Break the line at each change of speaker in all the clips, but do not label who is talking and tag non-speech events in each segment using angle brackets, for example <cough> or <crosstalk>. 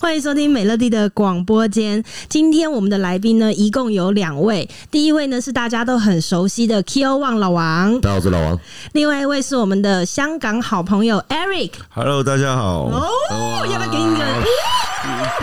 欢迎收听美乐蒂的广播间。今天我们的来宾呢，一共有两位。第一位呢是大家都很熟悉的 Q 旺老王，
大家好，我是老王。
另外一位是我们的香港好朋友 Eric。
Hello，大家好。
哦，要不要给你一个？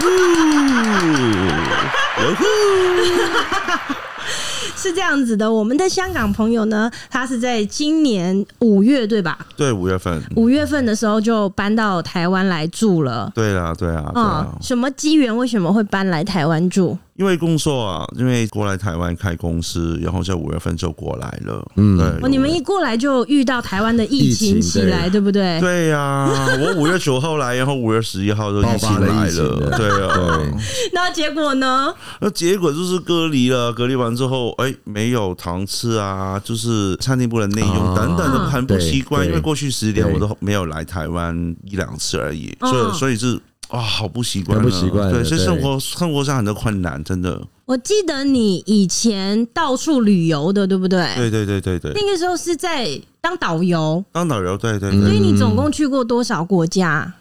是这样子的，我们的香港朋友呢，他是在今年五月对吧？
对，五月份。
五月份的时候就搬到台湾来住了。哦
对啦，对啊，对啊，
什么机缘？为什么会搬来台湾住？
因为工作啊，因为过来台湾开公司，然后在五月份就过来了。嗯，
哦，
对，
你们一过来就遇到台湾的疫情
疫情
起来，
对
对不对？
对呀、我五月九号来，然后五月十一号就
爆
一起
发了
来
疫情
了。
的
对啊，
嗯
那结果呢？
那结果就是隔离了，隔离完之后，哎，没有糖吃啊，就是餐厅不能内用
啊
等等的，很不
对
习惯。
对
因为过去十年
对
我都没有来台湾一两次而已，
嗯
所以所以是。啊、好不习惯啊，
很不习惯了
对，所以
对
生活生活上很多困难，真的。
我记得你以前到处旅游的，对不对？
对对对对对，
那个时候是在当导游，
当导游，对对
嗯
对。
所以你总共去过多少国家？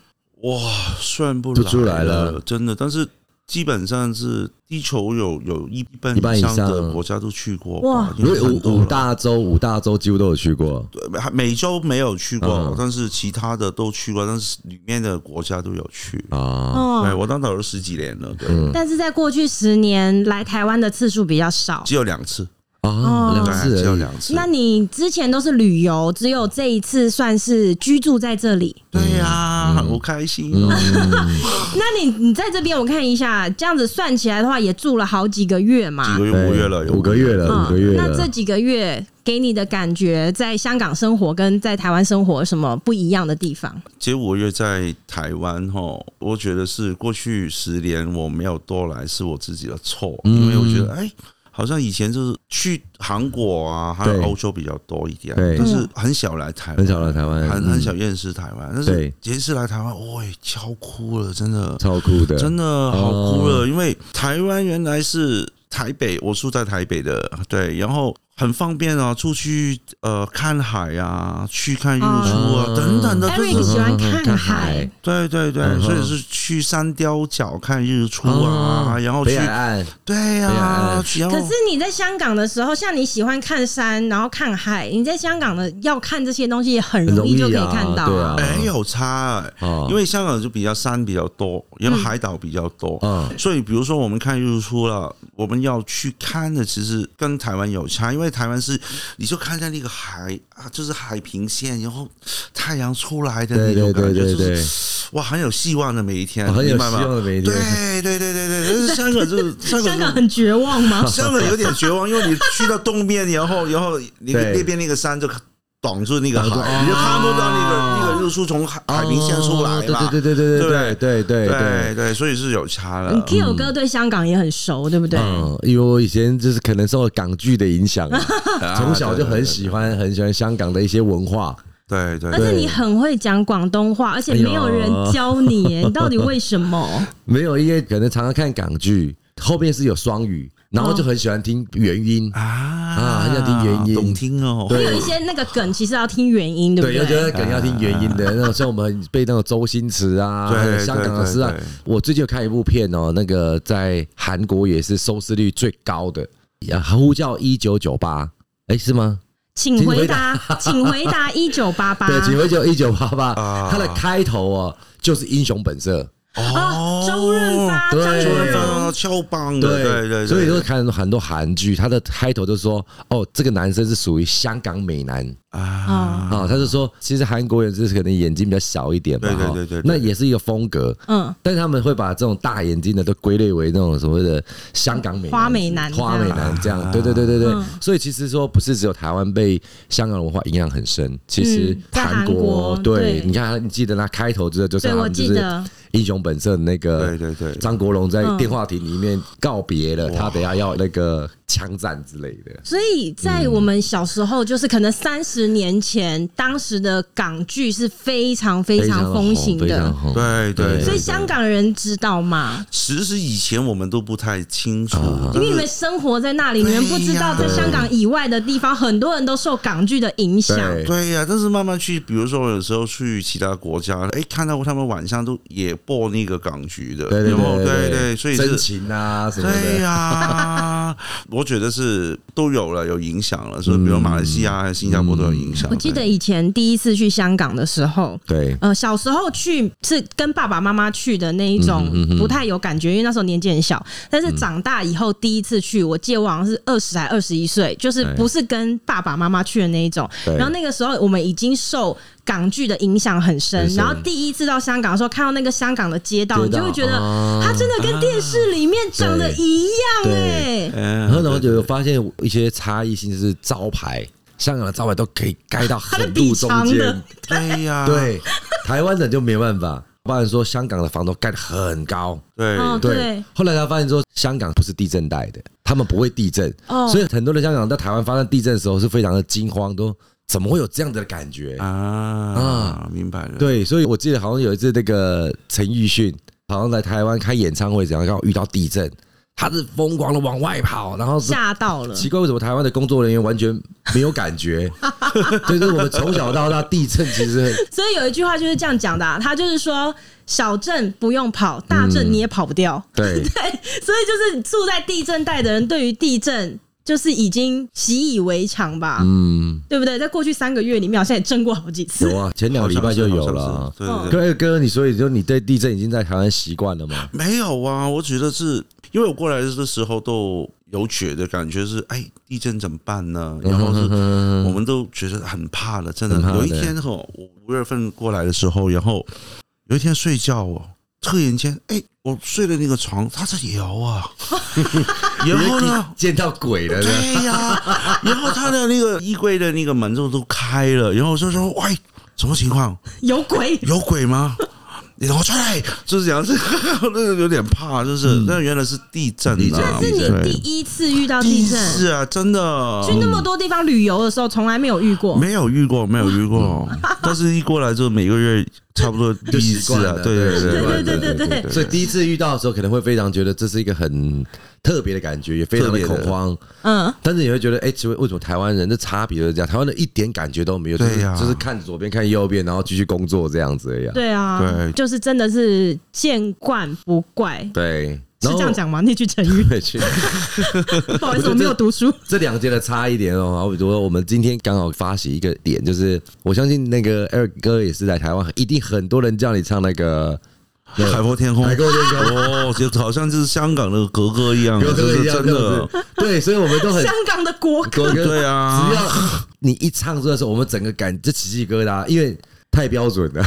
哇，算不
不出来
了
了，
真的。但是基本上是地球有有一半
一半以
以上
上
的国家都去过吧，
哇
因
因
为
为
很多
五五
了
大洲，五大洲几乎都有去过。
对还美洲没有去过，
嗯
但是其他的都去过，但是里面的国家都有去。
啊，
对，
哦，
我当导游十几年了，对，
嗯
但是在过去十年来台湾的次数比较少。
只有两次，
啊，
哦
两
对，
次
只有
而已。
两次。
那你之前都是旅游，只有这一次算是居住在这里。
对呀、
嗯
好开心哦、
那你你在这边，我看一下，这样子算起来的话，也住了好几个月嘛。嗯
几个月
对
五月了，有
五个月了，五个月
那这
了。
几个月给你的感觉，在香港生活跟在台湾生活有什么不一样的地方？
其实五月在台湾哈，我觉得是过去十年我没有多来是我自己的错，
嗯
因为我觉得哎、好像以前就是去韩国啊，还有
对
欧洲比较多一点，
对
但是很少来台湾，
很少来台湾
很
嗯
很少认识台湾。但是
对
这一次来台湾，喂，超酷了，真的，
超酷的，
真的好
哦
酷了，因为台湾原来是台北，我住在台北的，对，然后很方便啊，出去呃看海啊，去看日出啊
哦
等等的，就
Eric 喜
是
嗯
欢看海
对对对，
嗯哼
所以是去山雕角看日出啊，然后
嗯北
去
海岸，
对
北海
啊
岸，嗯
然
可
后
是你在香港的时候，像你喜欢看山，然后看海，你在香港的要看这些东西也很容易就可以看到、
很容易啊
没有差、欸，
哦
因为香港就比较山比较多，然后海岛比较多，
嗯
所以比如说我们看日出了，我们要去看的其实跟台湾有差，因为台湾是你就看见那个海啊，就是海平线，然后太阳出来的
对
那种
对
感觉，
对对
就
对
是，哇，很有希望的每一天，
哦很有
明白吗
希望的每一天
对对对对对，但是香港就是
<laughs>
香港就是
香港很绝望
<laughs>
吗？
香港有点绝望，因为你去到东边，然后然后
<laughs>
你
对
那边那个山就挡住那个海，
挡住哦
你就看不到那个那个日出从海海平线出来嘛。
哦对对对对对对对对
对对，所以是有差
你
了。
Q 哥对香港也很熟，对不对？
嗯，因为我以前就是可能受港剧的影响，
<laughs> 啊
从小就很喜欢很喜欢香港的一些文化。
对对
而
对，
且你很会讲广东
哎
话，而且没有人教你耶，你到底为什么？
没有，因为可能常常看港剧，后面是有双语，然后就很喜欢听原音。
啊
啊很想听原因
懂听哦。
还有
<laughs> 对
一些那个梗，其实要听原因，对不
对，要觉
对？
得肯定要听原音的那种，像我们很被那种周星驰啊，
啊对
还有香港的诗啊
对对对。
我最近有看一部片哦，那个在韩国也是收视率最高的，啊呼叫一九九八，哎，是吗？
请回答，
<laughs>
请回答一九八八。
对，请回九一九八八
啊，
它的开头哦就是英雄本色，
哦
啊，周润发，
对
张
周润
学
发
友，
啊超棒的，对对，
所以就
说
看很多韩剧，它的开头就说哦，这个男生是属于香港美男
啊
啊，
啊，他就说其实韩国人就是可能眼睛比较小一点嘛，
对对
哈
对对对
那也是一个风格。
嗯，
但是他们会把这种大眼睛的都归类为那种所谓的香港美男子
花美男嗯
花美男这
啊
样，对对对对对。所以其实说不是只有台湾被香港文化影响很深，其实
嗯在
韩
韩
国
国对
对，你看他你记得他开头之后就是
对
他
我
们就
记
是
得，
英雄本色的那个
对对对
张国荣在电话亭里面告别了，他等下要那个枪战之类的。
所以在我们小时候，就是可能三十年前，当时的港剧是非常非
非
常
常
风行
非常
的，
红
对对，嗯
所以
对
香港人知道嘛？
其实以前我们都不太清楚，
因
啊
但
为
是
你们生活在那里，你们不知道在香港以外的地方，很多人都受港剧的影响。
对
对呀、但是慢慢去，比如说我有时候去其他国家，哎，看到他们晚上都也播那个港剧的，
对对
有没有
对
对对，所以
真
是。
情啊什么
对
的，
呀、
<laughs>
我觉得是都有了，有影响了，所以比如马来西亚、新加坡都有影响。
嗯
哎
我记得
对
以前第一次去香港的时候，
对
呃，小时候去是跟爸爸妈妈去的那一
嗯
种，不太有感觉，因为那时候年纪很小。但是长大以后第一次去，我记得我好像是二十还二十一岁，就是
对
不是跟爸爸妈妈去的那一种。
哎对
然后那个时候我们已经受港剧的影响很深
很，深
然后第一次到香港的时候，看到那个香港的街道，你
街
就
道
会觉得
啊
它真的跟电视里面长得
对
一样
对
哎、
嗯
然后然后就有发现一些差异性，就是招牌，香港的招牌都可以盖到
的
很
笔
路中
长的
间，
对呀、
对，台湾人就没办法。不然说香港的房都盖得很高，
对
哦对
对。后来才发现说香港不是地震带的，他们不会地震，
哦
所以很多的香港人在台湾发生地震的时候是非常的惊慌，都怎么会有这样的感觉？
啊啊，明白了。
对，所以我记得好像有一次那个陈奕迅好像来台湾开演唱会，然后刚好遇到地震，他是疯狂的往外跑，然后是
吓到了。
奇怪，为什么台湾的工作人员完全没有感
<laughs>
觉？对，就是我们从小到大地震其实很
所以有一句话就是这样讲的、啊，他就是说小镇不用跑，大
嗯
镇你也跑不掉。
对
对，所以就是住在地震带的人，对于地震就是已经习以为常吧，
嗯，
对不对？在过去三个月里面，好像也震过好几次
有。啊，前两
好
个
像是，
礼拜就有
好像
了
是
啊。
对对对，
哦
哥哥，你所以就你对地震已经在台湾习惯了吗？
没有啊，我觉得是因为我过来的时候都有觉得感觉是，哎，地震怎么办呢？然 <laughs> 后是
嗯
我们都觉得很怕了，真的
很怕。的
有一天哈，我五月份过来的时候，然后有一天睡觉哦，突然间，哎，我睡的那个床它在摇啊，然后呢？
见到鬼了呢？
对呀、
<laughs>
然后他的那个衣柜的那个门就都开了，然后我就说：“喂，什么情况？
有
<laughs>
鬼！
有鬼吗？你挪出来！”就是这样子， <laughs> 那有点怕，就是那、原来是地震
嗯地震
啊，
那是你
对
第一次遇到
第
地
一
震，
次啊，真的
去那么多地方旅游的时候，从来没有遇过。
没有遇过，没有遇过，但是一过来就每个月差不多第一次啊，对
对
对
对
对
对对对
所以第一次遇到的时候，可能会非常觉得这是一个很特别的感觉，也非常的恐慌。
嗯，
但是你会觉得，哎、奇怪，为什么台湾人的差别就是这样？台湾人一点感觉都没有，就是
对呀
就是看左边看右边，然后继续工作这样子而已、啊。
对啊
对，
就是真的是见惯不怪，
对，
是
然后
这样。讲吗？那句成
<laughs>
语，
对去
不好意思，我没有读书。
这两届的差一点哦，好比说我们今天刚好发起一个点，就是我相信那个 Eric 哥也是来台湾，一定很多人叫你唱那个
对，海阔天空，
海阔天 <laughs> 空
哦，就好像就是香港的格格一样，
哥
这
哥
是
一样
真
这样
的，
<laughs>
子，对，所以我们都很
香港的国歌，
哥哥
对啊
只要你一唱出来的时候，我们整个感就起鸡皮疙瘩，因为太标准了。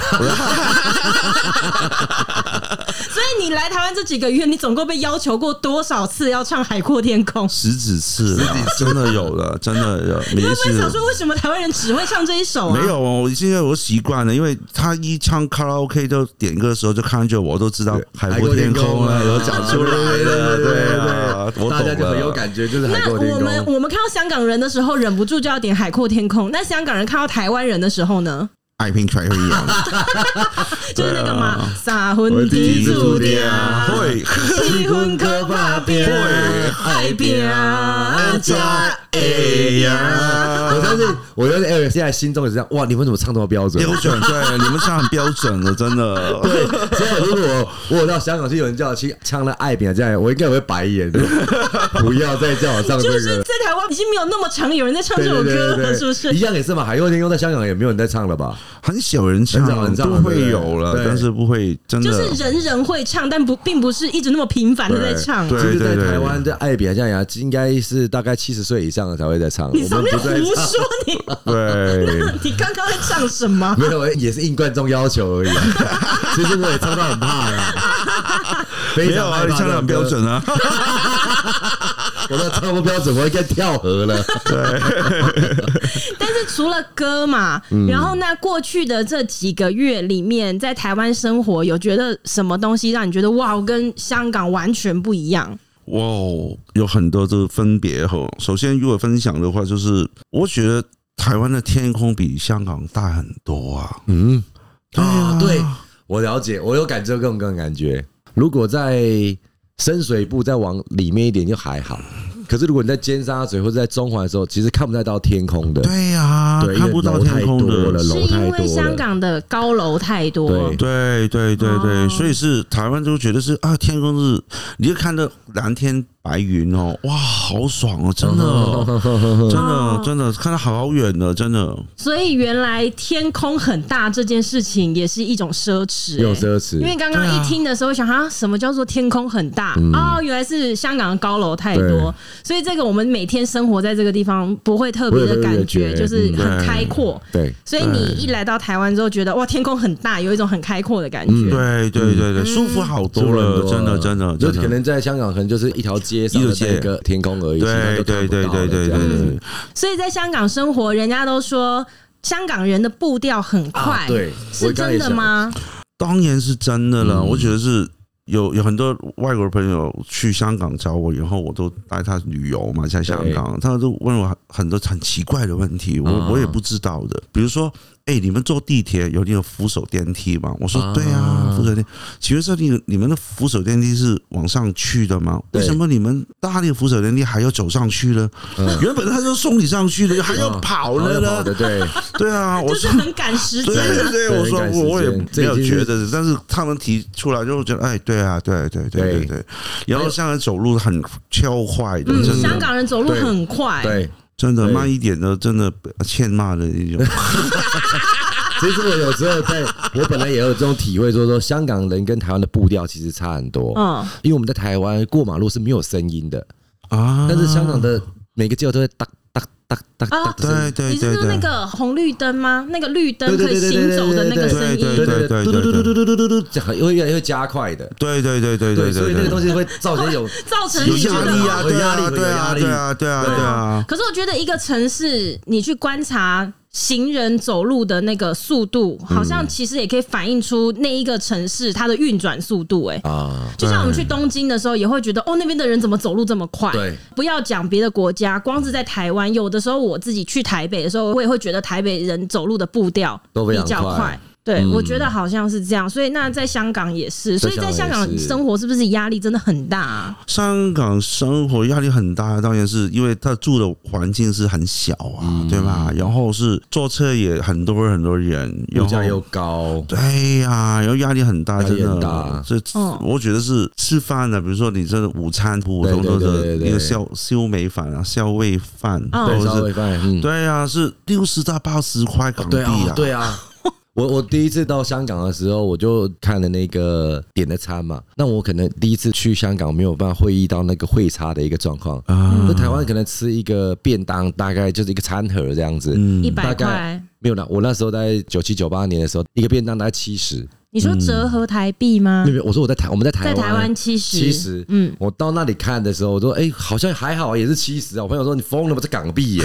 所以你来台湾这几个月，你总共被要求过多少次要唱《海阔天空》？
十几次了，真的有了，真的有，
你
每一
会不会想
次
说，为什么台湾人只会唱这一首啊？
没有，啊，我现在我习惯了，因为他一唱卡拉 OK 都点歌的时候，就看着我都知道海阔天空了，
啊
有讲出来了，对啊，我
大家
懂
就很有
了。
感觉，就是海
那
阔天
我们
空。
我们看到香港人的时候，忍不住就要点《海阔天空》；那香港人看到台湾人的时候呢，
爱拼才会赢，
就是那个嘛，
啊
撒
我
婚
第
地
一次
主
注
的
定啊
会
离婚可怕变，爱变加
哎呀
我相信，我相信 Eric 现在心中也是这样。哇，你们怎么唱这么标准？
标准，对，你们唱很标准的，真的。
对，所以如果我我到香港去，有人叫我去唱那《爱饼》这样，我应该也会白眼。不要再叫我唱这
就是
个。
在台湾已经没有那么常有人在唱
对
<laughs> 这首
对对
歌
对
了，
对，
是不是
一？样也是嘛？海阔天空在香港也没有人在唱了吧？
很少人
很少
唱，
人唱
都会有了
对，
但是不会真
就是
的。
人人会唱，但不并不是一直那么频繁的在唱。啊
对
就是在台湾的爱饼这样，应该是大概七十岁以上的才会在唱。
你
我
上
们
面
不
胡
在唱。
说你，
对，
你刚刚在唱什么？
<laughs> 没有，也是应观众要求
<laughs>
而已、啊。其实我也唱到很怕了，
没
非
有
常
啊，
害
你
怕
唱的很标准啊。
这首歌。我都唱不标准，我应该跳河了。
但是除了歌嘛，然后那过去的这几个月里面，在台湾生活有觉得什么东西让你觉得哇，我跟香港完全不一样？
哇哦，有很多这个分别哈。首先，如果分享的话，就是我觉得台湾的天空比香港大很多啊。
嗯，
对
哦
啊
对，我了解，我有感受这种这种感觉。如果在深水埗再往里面一点就还好，可是如果你在尖沙咀或者在中环的时候，其实看不太到天空的。
对呀，
对
看不到天空
因为呃楼太多
的
了。
是
楼太
因
多了
为香港的高楼太多
对，
对对对对，
哦
所以是台湾就觉得是啊，天空是，你就看到蓝天白云哦，哇，好爽哦，真
<laughs>
的，真的，真的，看到好远的，真的，
所以原来天空很大这件事情也是一种奢侈、欸
又奢侈
因为刚刚
对啊
一听的时候想啊，什么叫做天空很大？哦，原来是香港的高楼太多，所以这个我们每天生活在这个地方不会特别的感觉，
不会特别觉
就是很
嗯
开阔。
对，
所以你一来到台湾之后，觉得哇，天空很大，有一种很开阔的感觉。
对对对对，舒服好多了，真的真的，
就
真
可
的。
能在香港可能就是一条街上的
一条街
那个天空而已，其他
对
都
对
看不
对
到的
对对对
这样子
对，
所以在香港生活，人家都说香港人的步调很快，
啊对，
是
我刚
真
也
的
想？
吗？
当然是真的了。
嗯
我觉得是有有很多外国朋友去香港找我，以后我都带他旅游嘛，在香港，他都问我很多很奇怪的问题，
啊
我我也不知道的。比如说，哎，你们坐地铁有那个扶手电梯吗？我说
啊
对啊，扶手电。请问说你你们的扶手电梯是往上去的吗？
对
为什么你们搭那个扶手电梯还要走上去呢
嗯？
原本他就送你上去的，还要跑
了
了呢
的，。对，
对啊，我
就是
说
很赶时间
对
啊。
对
<laughs>
对，
对
我说
赶时间
我我也
这
没
已
有
经
觉
是
得，但是他们提出来就觉得，哎，对啊，对对对
对
对对。然后香港走路很超快的，
嗯，
真
香
的
港人走路很快，
对，
真的
对
慢一点的，真的欠骂的那
<laughs>
种。
其实我有时候在，我本来也有这种体会，就是说香港人跟台湾的步调其实差很多。
嗯，
因为我们在台湾过马路是没有声音的，
啊，
但是香港的每个街道都会哒哒哒哒哒
啊
的声
对
音。
对
你是
对
说那
对。
个红绿灯吗？那个绿灯
对对
可以
对对
行走的那个
对
声
对
音
对，
对对，嘟嘟嘟嘟嘟嘟嘟嘟，这样会越来越加快的。
对对对对
对，所以那个东
对，
西会造成有
造成
有
你觉
压
得
力啊，
有
对
压力
啊，
有
对
压
啊，
力
对啊，对啊，对啊，
可是我觉得一个城市，你去观察行人走路的那个速度，好像其实也可以反映出那一个城市它的运转速度、哎。
啊，
就像我们去东京的时候，也会觉得哦，那边的人怎么走路这么快？
对，
不要讲别的国家，光是在台湾，有的时候我自己去台北的时候，我也会觉得台北人走路的步调
都非
比
常
较
快嗯
快。对，我觉得好像是这样，所以那在香港也是，所以在
在
香
香港
港
也是
生活是不是压力真的很大、啊？
香港生活压力很大，当然是因为他住的环境是很小
嗯
啊，对吧？然后是坐车也很多很多人，然
物
后
价又高，
对哎呀、然后压力很大，
压力
真
很
的
大。
这
嗯
我觉得是吃饭啊的，比如说你这个午餐普普通通
对对
的
对对对
一个消消梅饭啊、消味饭，
嗯
对，
或
稍
者
微
是
放嗯，
对呀、是六十到八十块港币
对啊
啊，，
对啊。 <laughs> 我我第一次到香港的时候，我就看了那个点的餐嘛。那我可能第一次去香港没有办法会意到那个会差的一个状况。
啊，
在台湾可能吃一个便当，大概就是一个餐盒这样子。
嗯
一百
大概
块，
没有啦，我那时候在九七九八年的时候，一个便当大概七十。
你说折合台币吗
没有？没有，我说我在台我们在嗯台
在
湾，
台湾七十，
70
嗯，
我到那里看的时候，我说哎、好像还好，也是七十啊。我朋友说你疯了吧，这港币
<laughs>
耶，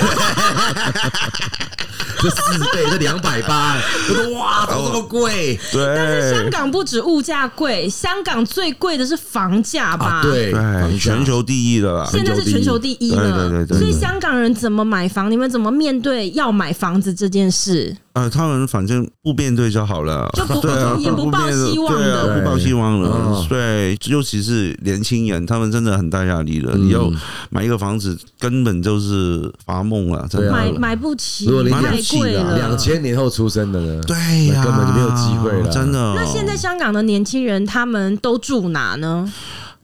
这四倍，这两百八。我说哇，怎么这么贵？
香
哎
对
港不止物价贵，香港最贵的是房价吧？
啊，。对，房
对，
价
全球第一的啦。
现在是全球第一了，
啊对对对对
所以香港人怎么买房？你们怎么面对要买房子这件事？
呃，他们反正不面对就好了，
就不
<laughs> 对啊，
也不抱希望
对啊
的
不抱希望了
嗯。
对，尤其是年轻人，他们真的很大压力了。
嗯
你要买一个房子，根本就是发梦了，真
对啊
买
的。
买不起
如果，你
太
两
贵
千啊
了。
两千年后出生的呢？
对呀，
那根本就没有机会了
真的。
那现在香港的年轻人他们都住哪呢？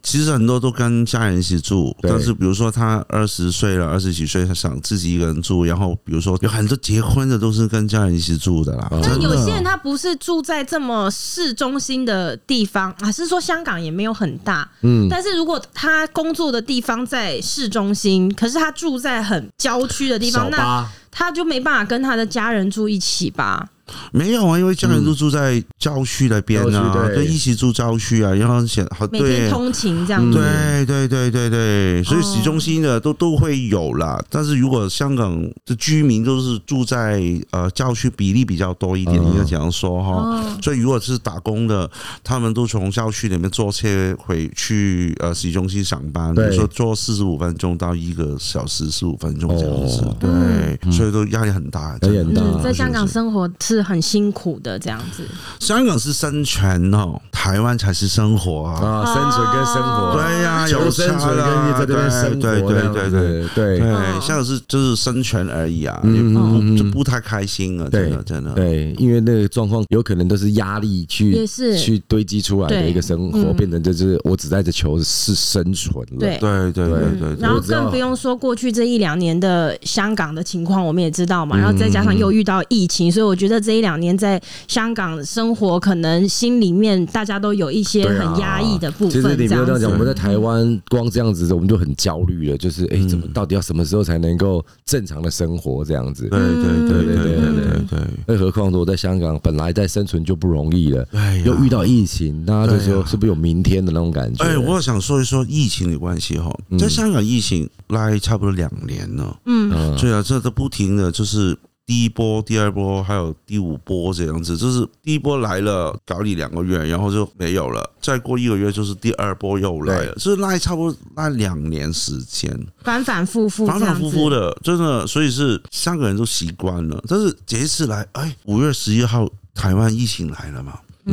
其实很多都跟家人一起住，
对
但是比如说他二十岁了，二十几岁他想自己一个人住，然后比如说有很多结婚的都是跟家人一起住的啦，
嗯
但
哦真
有些人
的。
他不是住在这么市中心的地方啊，是说香港也没有很大，嗯，但是如果他工作的地方在市中心，可是他住在很郊区的地
小
方，那
八，
他就没办法跟他的家人住一起吧？
没有啊，因为家人都住在郊区那边
嗯郊
啊，
区对
对，一起住郊区啊，然后显好
每天
对。
通勤哦这样子。
对啊对对对对，所以市中心的都都会有啦。但是如果香港的居民都是住在呃郊区比例比较多一点，
嗯
应该这样说哈。
哦，
所以如果是打工的，他们都从郊区里面坐车回去呃市中心上班，比
对
如说坐四十五分钟到一个小时十五分钟这样子
哦。
对，所以都压力很大，
压力很
真的
大
嗯，在
是
香港
是
生活是很辛苦的，这样子。
香港是生存哦，台湾才是生活啊。
啊，生存跟生活，
对呀、有
求生
差
存跟你
啦
在这边生活，
对对对对对
对
对
对
嗯，
香港是就是生存而已啊，
嗯
也
嗯嗯
不就
嗯
不太开心了，
对
真的真的。
对，因为那个状况有可能都是压力去
也是
去堆积出来的
对
一个生活，
嗯
变成就是我只在这求是生存了。
对
对对对对
嗯
对
然后
我知道
更不用说过去这一两年的香港的情况，我们也知道嘛。然后再加上又遇到疫情，所以我觉得这一两年在香港生活，可能心里面大家都有一些
对啊
很压抑的部
其
分。
实你没有这样
子
讲，我们在台湾光这样子的，我们就很焦虑了，就是
嗯
哎，怎么到底要什么时候才能够正常的生活这样子？
对对对对对对对
更何况我在香港本来在生存就不容易了，
哎呀
又遇到疫情，大家就
对
说
啊
是不是有明天的那种感觉？
哎，我想说一说疫情的关系哈，
嗯
在香港疫情来差不多两年了，
嗯，
嗯
对啊，这都不停的就是。第一波、第二波，还有第五波这样子，就是第一波来了，搞你两个月，然后就没有了。再过一个月，就是第二波又来了，就是拉差不多拉两年时间。
反反复复，
反反复复
的。
的，真的，所以是香港人都习惯了。但是这一次来，哎，五月十一号台湾疫情来了嘛，
嗯，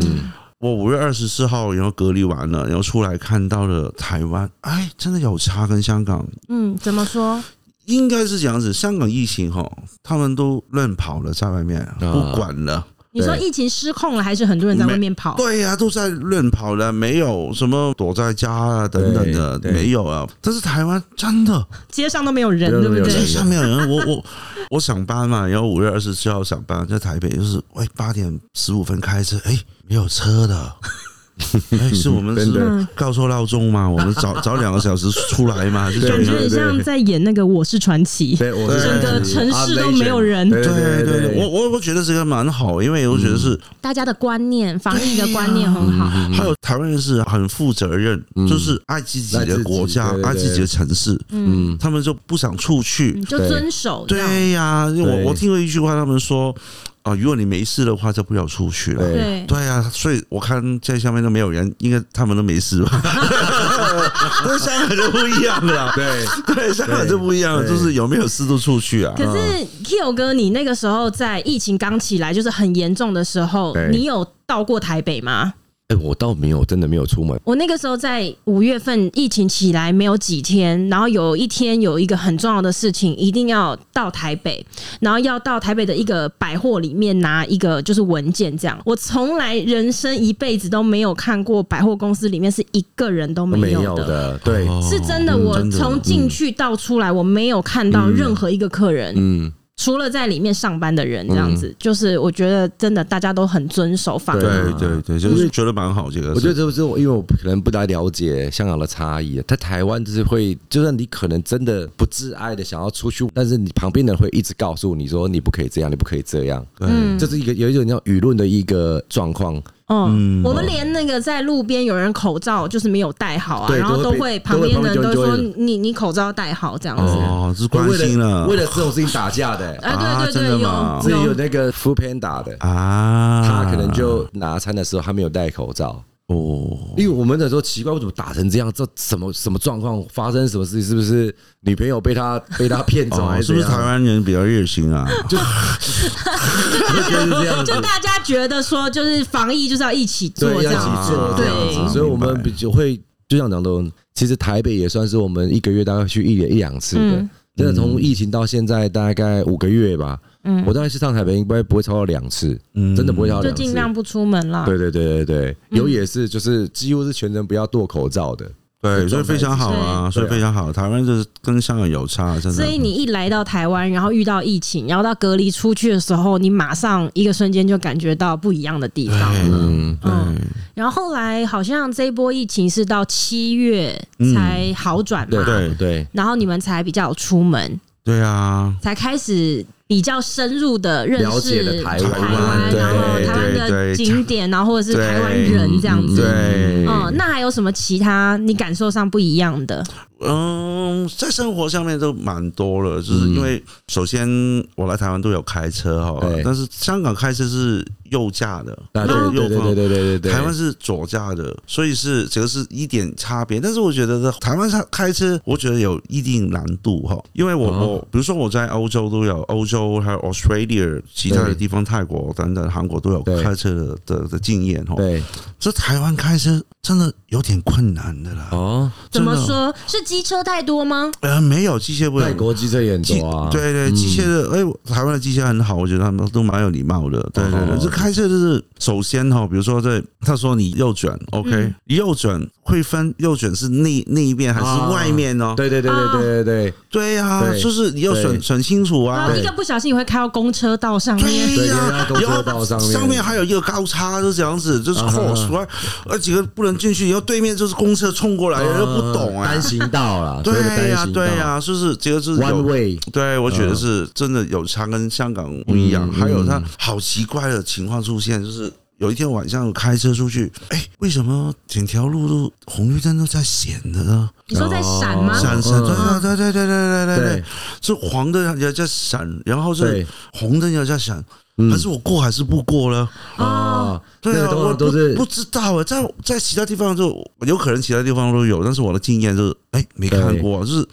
我五月二十四号然后隔离完了，然后出来看到了台湾，哎，真的有差跟香港。
嗯，怎么说？
应该是这样子，香港疫情哈，他们都乱跑了，在外面不管了。
你说
对
疫情失控了，还是很多人在外面跑？
对呀、都在乱跑了，没有什么躲在家啊等等的，
对对
没有啊。但是台湾真的
街上都没有人，
街上
对
都
不
没有
对
这
人？
下面有人，我我我上班嘛，然后五月二十七号上班，在台北，就是哎八点十五分开车，哎没有车的，哎是我们
真的
是告错闹钟嘛，我们早早两个小时出来嘛，还是
对
怎
感觉
样？
很像在演那个《我是传奇》。
对，我是
整个
城市都没有人
对
对
对
对对，
对，
我我我觉得这个蛮好，因为我觉得是
大家的观念，防疫的观念很好。
还有台湾人是很负责任，就是爱自己的国家
嗯爱自己对对，对
爱自己的城市，
嗯，
<laughs>
他们就不想出去，
你就遵守这样。
对呀、因为
对
我我听过一句话，他们说啊、如果你没事的话，就不要出去了。
对
对，
对呀、所以我看在下面都没有人，应该他们都没事吧？但是香港就不一样了，
对
对，香 <laughs> 港就不一样了，
对
就是有没有事都出去啊。
可是 Kyo 哥，你那个时候在疫情刚起来，就是很严重的时候
对，
你有到过台北吗？
哎，我倒没有，真的没有出门。
我那个时候在五月份疫情起来没有几天，然后有一天有一个很重要的事情，一定要到台北，然后要到台北的一个百货里面拿一个就是文件这样。我从来人生一辈子都没有看过百货公司里面是一个人都
没
没有
有
的。
的，对，
哦
是真
嗯
的，我
真的
从进去到出来，我没有看到任何一个客人，
嗯，
除了在里面上班的人这样子，就是我觉得真的大家都很遵守法律。
对对对，就是觉得蛮好这个事。
我觉得这不是我，因为我可能不太了解香港的差异。在台湾就是会，就算你可能真的不自爱的想要出去，但是你旁边的人会一直告诉你说你不可以这样，你不可以这样。
对
这是一个有一种叫舆论的一个状况，
嗯，我们连那个在路边有人口罩就是没有戴好啊，
对
然后都
都会被
会旁边的人
都
都
会
说
旁边就就会
你你口罩戴好这样子。
哦，是关心了
为了这种事情打架 <laughs> 的、
哎，
啊
对对
真的
对，
吗
自己
有
有
有
那个 f o o Panda 的，
啊，
他可能就拿餐的时候他没有戴口罩，
哦，
因为我们那时候奇怪，为什么打成这样？这什么什么状况？发生什么事？是不是女朋友被他被他骗走？啊还
哦是不是
怎
台
样？
湾人比较热
<laughs>
心啊？
就是这样子
<laughs>
<laughs>
就。大家觉得说就是防疫就是要一起做
对，
这
要一
样
起
子，
做这样
对
啊子，所以我们
啊明白
比较会就像讲的，其实台北也算是我们一个月大概去一两一两次的
嗯。
真的从疫情到现在大概五个月吧，
嗯
我大概去上台北应该不会超过两次，
嗯
真的不会超过
就
两
尽量嗯
次。
不出门啦。
对对对对对，有也是就是几乎是全程不要剁口罩的，
对，所以非常好啊，
对
所以非常好。台湾就是跟香港有差，真的。
所以你一来到台湾，然后遇到疫情，然后到隔离出去的时候，你马上一个瞬间就感觉到不一样的地方了。
嗯，
嗯，然后后来好像这一波疫情是到七月才好转嘛，
嗯对
对
对
然后你们才比较有出门，
对啊，
才开始比较深入的认
了解
识
了台
湾，
湾对
然后台湾
对对
的景点，然后或者是台湾人这样
嗯
子。
对，
嗯，那还有什么其他你感受上不一样的？
嗯，在生活上面都蛮多了，就是
嗯
因为首先我来台湾都有开车哈
对，
但是香港开车是右驾的，
啊，
右
对对对
右
对
方。
对对对对，
台湾是左驾的，所以是这个是一点差别。但是我觉得呢台湾上开车，我觉得有一定难度哈，因为我、
哦
我比如说我在欧洲都有，欧洲还有 Australia 其他的
对
地方，泰国等等，韩国都有
对
开车的的的经验哈。
对
这台湾开车真的有点困难的啦。
哦，
怎么
真的？
说？是机车太多吗？
呃，没有机械不
泰
能
国机车也很
机
多啊，
对对，机械的，哎，我台湾的机械很好，我觉得他们都蛮有礼貌的。对对
哦
对，这开车就是首先哈，比如说在他说你右转，OK，
嗯
右转会分右转是内那一边还
啊
是外面哦？
对对对对对对对
对呀，
对
就是你要
对
选选清楚
然
啊
后。一个不小心你会开到公车道上面。
对，人
对
家
哎呀，
公
然
车
后
道上面
上面还有一个高差，就这样子，就是
啊
cross，而而几个不能进去，然后对面就是公车冲过来，又不懂啊
单。行道啦，
对呀
呀，
对呀，就是这个就是有
One way，
对，我觉得是真的有差，跟香港不一样。
嗯
还有他好奇怪的情况出现，就是有一天晚上开车出去，哎，为什么整条路都红绿灯都在显的呢？
你说在闪吗？
哦
闪闪，
嗯
对对对对对对对
对
对，是黄灯也在闪，然后是
对
红灯也在闪，
嗯
但是我过还是不过呢？
啊，那
对
个
啊，
通
我
常
不
都是
不知道啊，在在其他地方就有可能其他地方都有，但是我的经验就是，哎，没看
对
过，就是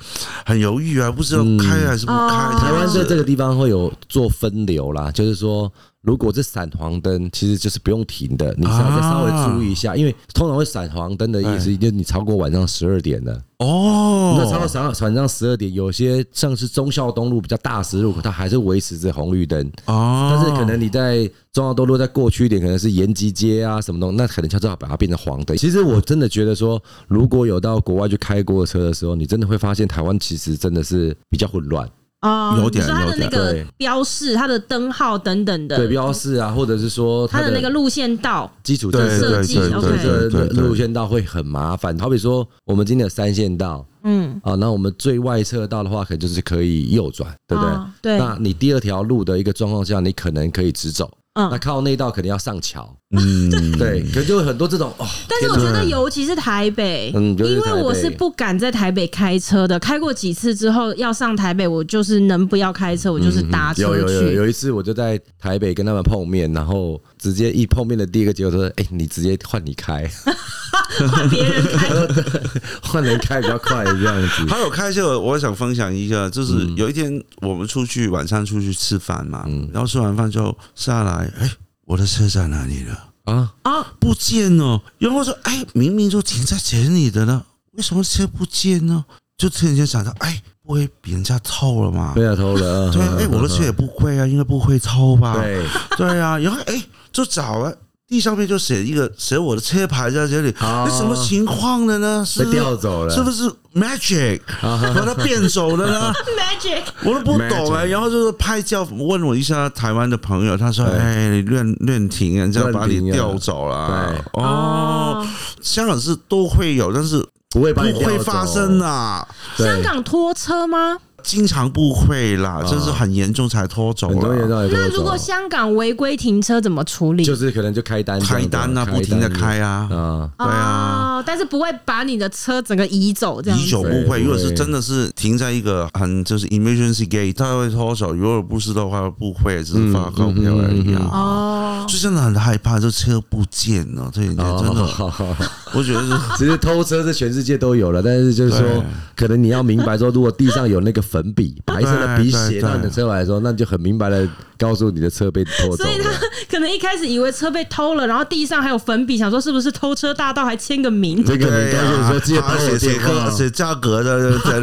很犹豫啊，不知道
嗯
开还是不开。
哦
台湾在
是
这个地方会有做分流啦，就是说，如果是闪黄灯，其实就是不用停的，你只要再稍
啊
微注意一下，因为通常会闪黄灯的意思，就是你超过晚上十二点了。
哦，
那超过晚上晚上十二点，有些像是忠孝东路比较大十字路口，它还是维持着红绿灯，
哦，
但是可能你在中央东路再过去一点，可能是延吉街啊什么东西，那可能就要把它变成黄灯。其实我真的觉得说，如果有到国外去开过车的时候，你真的会发现台湾其实真的是比较混乱，
哦，
有点
你说它的那
有点
个
对
标示、它的灯号等等的，
对标示啊，或者是说
它的那个路线道，
基础
对
设施
对
设计
对
，OK
对
这
对
个
对
路线道会很麻烦。好比说，我们今天有三线道
嗯，
啊，那我们最外侧道的话，可能就是可以右转，对不对？
哦对
那你第二条路的一个状况下，你可能可以直走，那
嗯。
靠内道可能要上桥，
嗯，
<laughs> 对，可就会很多这种哦。
但是我觉得，尤其是台北，
嗯尤其是
因
台北
为我是不敢在台北开车的。开过几次之后，要上台北，我就是能不要开车，我就是搭车
嗯有有有
去。
有一次，我就在台北跟他们碰面，然后直接一碰面的第一个结果说：“哎、你直接换你开，
换别人
<laughs>
开，
换人开比较快，这样子。
还有开车，我想分享一个，就是
嗯
有一天我们出去晚上出去吃饭嘛，然后吃完饭之后下来，哎，我的车在哪里了？”
啊，
哦，
不见了。然后说，哎，明明就停在这里的呢，为什么车不见呢？就突然间想到，哎，不会被人家偷了嘛？
被他偷了。
对啊，哎，我的车也不贵啊，应该不会偷吧？
对
对啊，然后哎，就找了。地上面就写一个写我的车牌在这里，
哦
那什么情况的呢？是
被
不是
调走了，哦
是不是 magic 把它变走了
<laughs>
呢？
Magic，
我都不懂哎、
Magic
然后就是拍照问我一下台湾的朋友，他说：“
对
哎，你乱乱停啊，人家把
乱停
你
啊
调走了。”
对
哦，，香港是都会有，但是
不会
不
把你
会发生
的。
啊，
对
香港拖车吗？
经常不会啦，就是很严重才拖走
哦很多人让
了。
你
那
偷走
如果香港违规停车怎么处理？
就是可能就开单这样子
开单啊，不停的开啊，
啊，
对啊。
哦，但是不会把你的车整个移走这样子。
已久不
对
会。如果
对
是真的是停在一个很就是 emergency gate，他会脱手；如果不是的话，不会，只是发告票而已
嗯嗯嗯
啊。 <laughs>
哦，
就真的很害怕，这车不见了，这人家真的，
哦，
我觉得是
其实偷车是全世界都有了，但是就是说
对，
可能你要明白说，如果地上有那个粉笔、白色的笔写到你的车牌的时候，那你就很明白的告诉你的车被偷走
所以他
了。
可能一开始以为车被偷了，然后地上还有粉笔，想说是不是偷车大盗，还签个名，
<laughs> 这个你告诉你说，记得打
他
我
写写
电话
啊
<laughs>
个，写价格的，对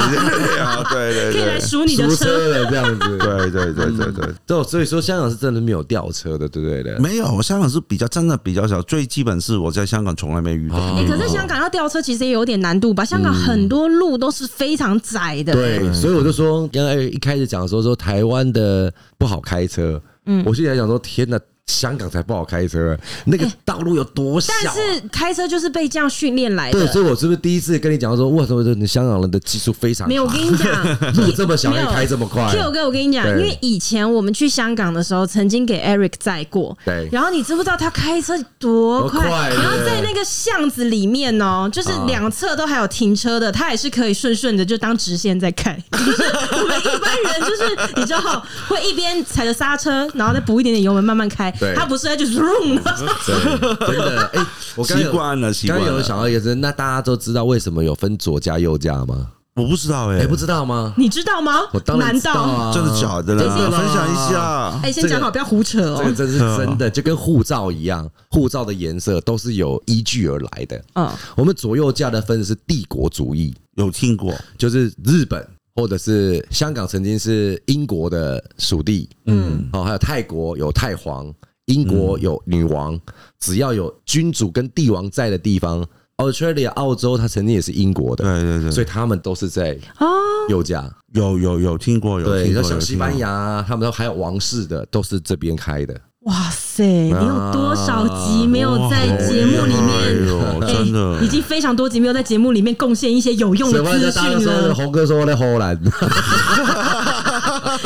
啊对对
可以来
对
数你的
出
车。
车了这样子。
对对对对对。
对，所以说香港是真的没有吊车的，对不对的？
没有，香港是比较真的比较少，最基本是我在香港从来没遇到。
哦
哎、可是香港要吊车其实也有点难度吧？香港很多路都是非常窄的、
对，所以我就说，刚才一开始讲说说台湾的不好开车，嗯，我现在想说，天哪，香港才不好开车，那
哎
个道路有多小、
但
啊？
是开车就是被这样训练来
哎对，
的。
所以我是不是第一次跟你讲说，为什么你香港人的技术非常好
没有，我跟你讲，
路 <laughs> 这么小
没有
还开这么快？
Q 哥，我跟你讲，因
哎对
为以前我们去香港的时候，曾经给 Eric 载过。
对
然后你知不知道他开车多快？
多快啊
然后
对
在那个巷子里面哦、就是两侧都还有停车的，他也是可以顺顺的就当直线在
<laughs>
开。就是我们一般人就是你知道会一边踩着刹车，然后再补一点点油门慢慢开
对。
他不是他就是 vroom 的，
对，真的，哎、我刚刚有
习
<laughs>
惯了习惯
刚刚
了
有人想到一个是，那大家都知道为什么有分左驾右驾吗？
我不知道哎、
哎、不知道吗？
你知道吗？
<laughs> 我当然
难
知道
道？
啊，
真的假的
真
啦？
的啦
分享一下
哎、，先讲好，不要胡扯哦、
这个真是真
<laughs>
的，就跟护照一样，护照的颜色都是有依据而来的。
嗯，
我们左右驾的分是帝国主义，
有听过？
就是日本或者是香港曾经是英国的属地，嗯，哦，还有泰国有泰皇，英国有女王，只要有君主跟帝王在的地方，Australia 澳洲它曾经也是英国的，
对对
所
对，
以他们都是在
哦，
右驾。
有有有听过，有
对，
听
你
过。
说像
有
西
听过
班牙啊，他们都还有王室的，都是这边开的。
哇塞，你有多少集没有在节目里面？哎
嗯
哇好厉害哦真的
哎
已经非常多集没有在节目里面贡献一些有用
所
的
以
资
大家
讯
说
了。
红哥说在荷兰，
<laughs>
<laughs>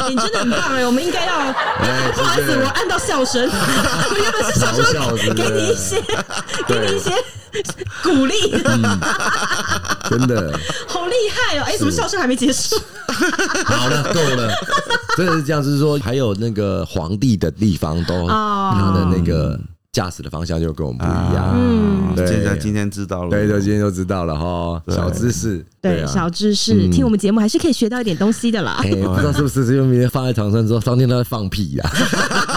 你真的很棒哎、我们应该要。
<laughs> 哎
不好意
是
思，我按到笑声。 <laughs> 我原本是想
嘲笑是
说
不
给
是
你一些，给你一些鼓励，
嗯真的
<laughs> 好厉害哦！哎，怎么笑声还没结束？
好了，够了，真的是这样，就是说还有那个皇帝的地方都
哦
他的那个驾驶的方向就跟我们不一样。
嗯，
对啊
现在今天知道了，
对，就今天就知道了哈，
对
小知识。
对，
啊
小知识，听我们节目还是可以学到一点东西的啦
<laughs>
哎，。不知道是不是因为明天放在床上之后，当天他在放屁呀？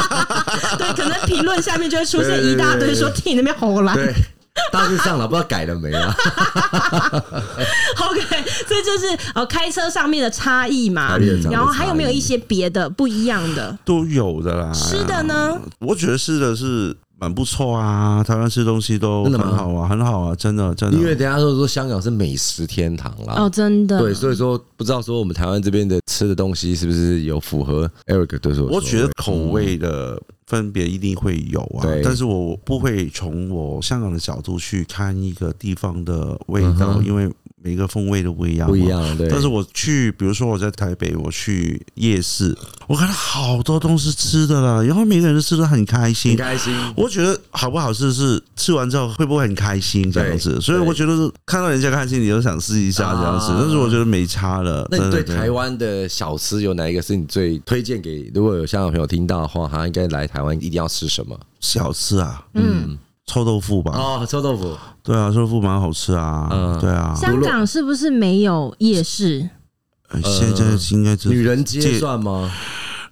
<laughs> 对，可能评论下面就会出现
对对
一大堆
对对
说听你那边吼啦。
对， <laughs> 大致上了，不知道改了没啊？
<laughs> OK，所以就是呃开车上面的差异嘛
差别的差，别
然后还有没有一些别的不一样的
都有的啦。
吃的呢？
我觉得吃的是蛮不错啊，台湾吃东西都
真的吗
很好啊，很好啊，真的真的。
因为人家都说香港是美食天堂啦。
啊
哦，真的，
对，所以说不知道说我们台湾这边的吃的东西是不是有符合 Eric 对所说的
我觉得口味的分别一定会有啊
对，
但是我不会从我香港的角度去看一个地方的味
嗯
道，
哼
因为每个风味都不一样，
不一。样，对。
啊但是我去，比如说我在台北，我去夜市，我看到好多东西吃的了，然后每个人都吃的很开心
挺，开心，
我觉得好不好吃是吃完之后会不会很开心这样子，
对
所以我觉得是看到人家开心，你就想试一下这样子
啊。
但是我觉得没差了。
那你对
真的
台湾的小吃有哪一个是你最推荐给？如果有香港朋友听到的话，他应该来台湾一定要吃什么？
小吃啊，
嗯，
臭豆腐吧？
哦，臭豆腐，
对啊，臭豆腐蛮好吃啊。
嗯
对啊，
香港是不是没有夜市？
呃现在应该就
女人街
戒
算吗？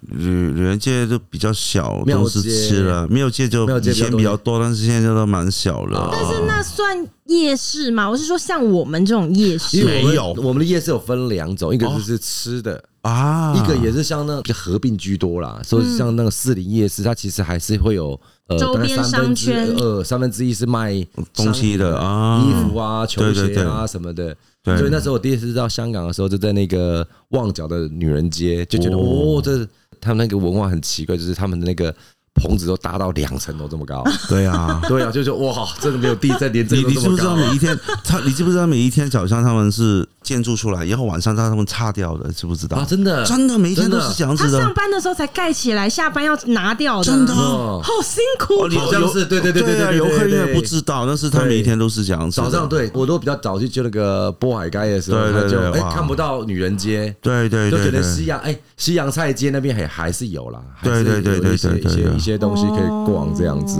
女女人街都比较小，
庙
都是
街
吃了，没有街就
庙街
以
比较哦
前比较多，但是现在都蛮小了。啊
但是那算夜市吗？我是说像我们这种夜
因
市，
为我们
没有哦
我们的夜市有分两种，一个就是吃的，
啊，
一个也是像那比较合并居多啦，所以像那个士林夜市，它其实还是会有呃
周边商圈
呃三分之一是卖
东西的啊，
衣服啊、球
对
鞋
对
啊
对
什么的。
对
所以那时候我第一次到香港的时候，就在那个旺角的女人街，就觉得
哦
哦，这他们那个文化很奇怪，就是他们的那个棚子都搭到两层楼这么
<laughs>
高。
对啊。
对啊，就觉得哇，这个没有地震， <laughs> 连这
你
个都啊
你知
这
不
么
知道
高。
每一天他你知不知道每一天早上他们是建筑出来，然后晚上让他们擦掉的，知不知道？
啊，真的
真的每一天都是这样
他
子
上
的，
班的时候才盖起来，下班要拿掉的，
真的啊。
哦，
好辛苦
哦
哦。
你
好像
游
是对对对对
对啊
对对
游客应
对
该不知道，但是他每一天都是这样子的。
早上对我都比较早去就那个波海街的时候，
对对
他就哎
对哇
看不到女人街。
对对
就
对
可能
对
西洋哎、西洋菜街那边还还是有啦，还是
对对对
有
对
一些
对对
一些
对
一些东西可以过往这样子。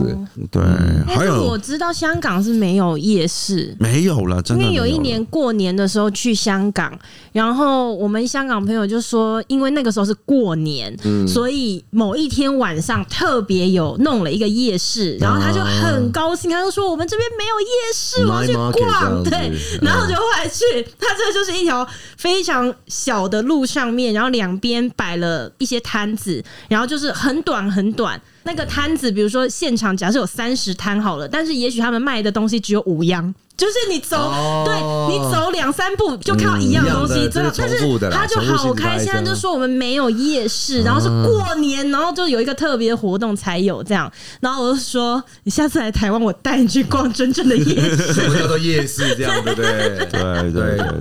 对，还
但是我
有
知道香港是没有夜市，
没有了？真
因
的没
为有一
<laughs>
了
年过年的时候去香港，然后我们香港朋友就说，因为那个时候是过年，所以某一天晚上特别有弄了一个夜市，然后他就很高兴，他就说我们这边没有夜市，我要
Night
去
market 这
逛。
样子
对，然后就后来去，他这就是一条非常小的路上面，然后两边摆了一些摊子，然后就是很短很短。那个摊子，比如说现场假设有三十摊好了，但是也许他们卖的东西只有五样，就是你走，
哦
对你走两三步就看到一样东
嗯一
西，
样的
真的。
这
但
是
是
重复的啦嗯
他就好开心，
重复性的
他就说我们没有夜市，然后是过年，然后就有一个特别活动才有这样。然后我就说，你下次来台湾，我带你去逛真正的夜
<laughs>
市。
什么叫做夜市这样，对不对？
对对对对，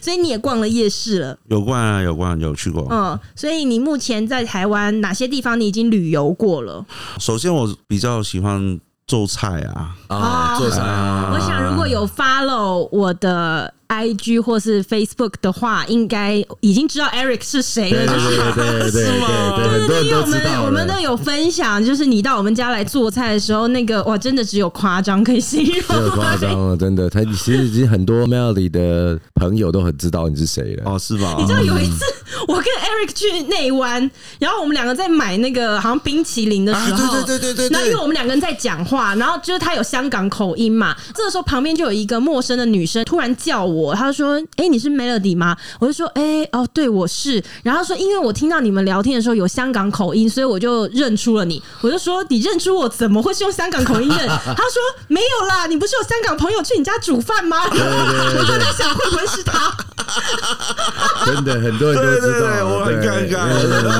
所以你也逛了夜市了，
有关啊有关有去过，
嗯。所以你目前在台湾哪些地方你已经旅游过了？
首先，我比较喜欢做菜啊，
啊，做啥？
我想，如果有 follow 我的 IG 或是 Facebook 的话，应该已经知道 Eric 是谁
对
了。
对
就是
对对对
是
对
吗
对，很多
对，
人
因为我
都知
们
道
我们都
了。
有分享，就是你到我们家来做菜的时候，那个哇，真的只有夸张可以形
没有
容。
夸张了，真的，他其实已经很多 Melody 的朋友都很知道你是谁了。
哦，是吧？
你知道有一次，我跟 Eric 去内湾，然后我们两个在买那个好像冰淇淋的时候，
啊对对对对对对
那因为我们两个人在讲话，然后就是他有香港口音嘛，这个时候旁边就有一个陌生的女生突然叫我，她说：“哎、你是 Melody 吗？”我就说：“哎、哦，对，我是。”然后她说：“因为我听到你们聊天的时候有香港口音，所以我就认出了你。”我就说：“你认出我怎么会是用香港口音认？”她说：“没有啦，你不是有香港朋友去你家煮饭吗？” <laughs> 我就在想会不会是他。
<laughs> 真的很多人都知道，啊
对对对我很
对
尴尬
因为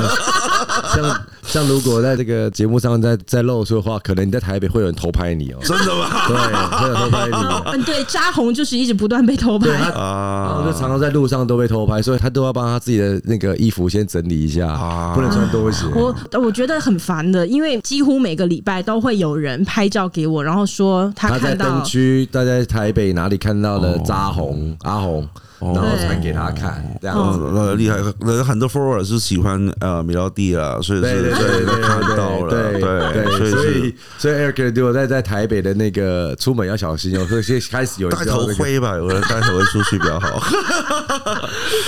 像像如果在这个节目上再再露出的话，可能你在台北会有人偷拍
<laughs>
你哦、
真
<laughs>
的吗？
对，会有人偷拍你。
嗯，对，扎红就是一直不断被偷
对
拍。
他， <laughs> 然
啊
后就常常在路上都被偷拍，所以他都要帮他自己的那个衣服先整理一下，
啊
不能穿拖鞋。
我我觉得很烦的，因为几乎每个礼拜都会有人拍照给我，然后说他
他在
看
灯
到，
区，他在台北哪里看到
哦
了扎红、阿红，然后
对
传给他看，这样
哦
子。
那厉害，那很多 follower 是喜欢呃米洛蒂了，
<laughs>
所以
对
是
对对对
看到了，
对对，
所
所
以是
以所以 Eric 如果在在台北的那个出门要小心哦， <laughs> 所以现在开始有人
戴
知道
头
那个
盔吧，有人戴头盔出去比较好。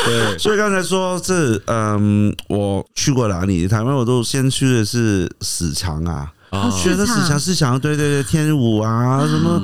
对
所以刚才说这，嗯，我去过哪里？台湾我都先去的是死墙啊，
哦
啊
选择死墙，死墙，对对对，天舞啊，什么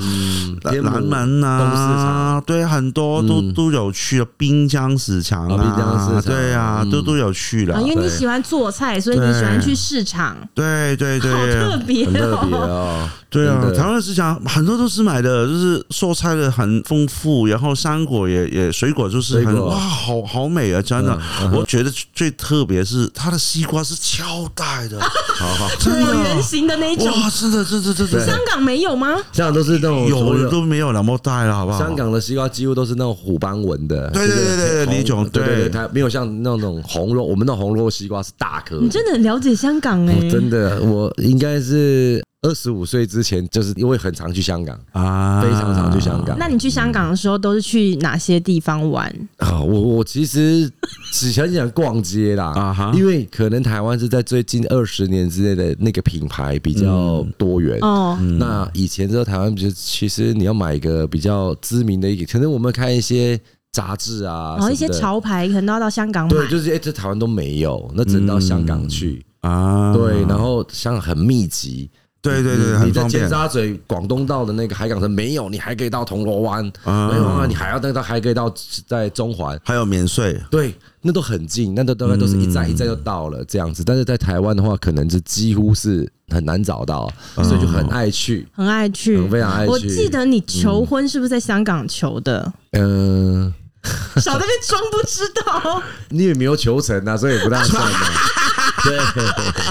天母
南门
东市
啊
场，
对，很多都都有去了，滨江市场啊，
啊滨江市场
对啊，
嗯
都都有去了
啊，，因为你
对
喜欢做菜，所以你喜欢去市场，
对对
好
对
特别
很特别
哦。
<laughs> 哦。
对啊
真，的
台湾的市场很多都是买的，就是蔬菜的很丰富，然后山果也也水果就是
水
很
果嗯
哇，好好美啊，真的，我觉得最特别是它的西瓜是超大的，
<laughs> 好好，
真
椭圆
的。啊
形的那种，
哇，真的，真的，真的，
香港没有吗？
香港都是那种
有的都没有那么大了，好不好？
香港的西瓜几乎都是那种虎斑纹的，
对
就是
对对对对
红
那种
对
对
对，它没有像那种红肉，我们那种红肉西瓜是大颗的，
你真的很了解香港哎、
我哦真的，我应该是二十五岁之前，就是因为很常去香港，
啊，
非常常去香港。
那你去香港的时候都是去哪些地方玩？
啊，我我其实只想想逛街 <laughs> 啦，
啊哈
因为可能台湾是在最近二十年之内的那个品牌比较多元。
哦，
嗯
那以前在台湾，就是其实你要买一个比较知名的一个，可能我们看一些杂志
哦
啊，
然后一
什
些
么的
潮牌可能都要到香港买。
对，就是哎、这台湾都没有，那只能
嗯
到香港去。
啊，
对，然后香港很密集，
对对对，
你你
很
在
方
尖
便。
沙咀广东道的那个海港城没有，你还可以到铜锣湾，
啊
没有啊，你还要再到还可以到在中环。
还有免税，
对，那都很近，那都大概都是一站一站就到了这样子。但是在台湾的话，可能是几乎是很难找到，所以就很爱去。
很爱去，
嗯非常爱去
我记得你求婚是不是在香港求的？
嗯， <laughs>
少在那边装不知道，
你也没有求成啊，所以也不大算啊。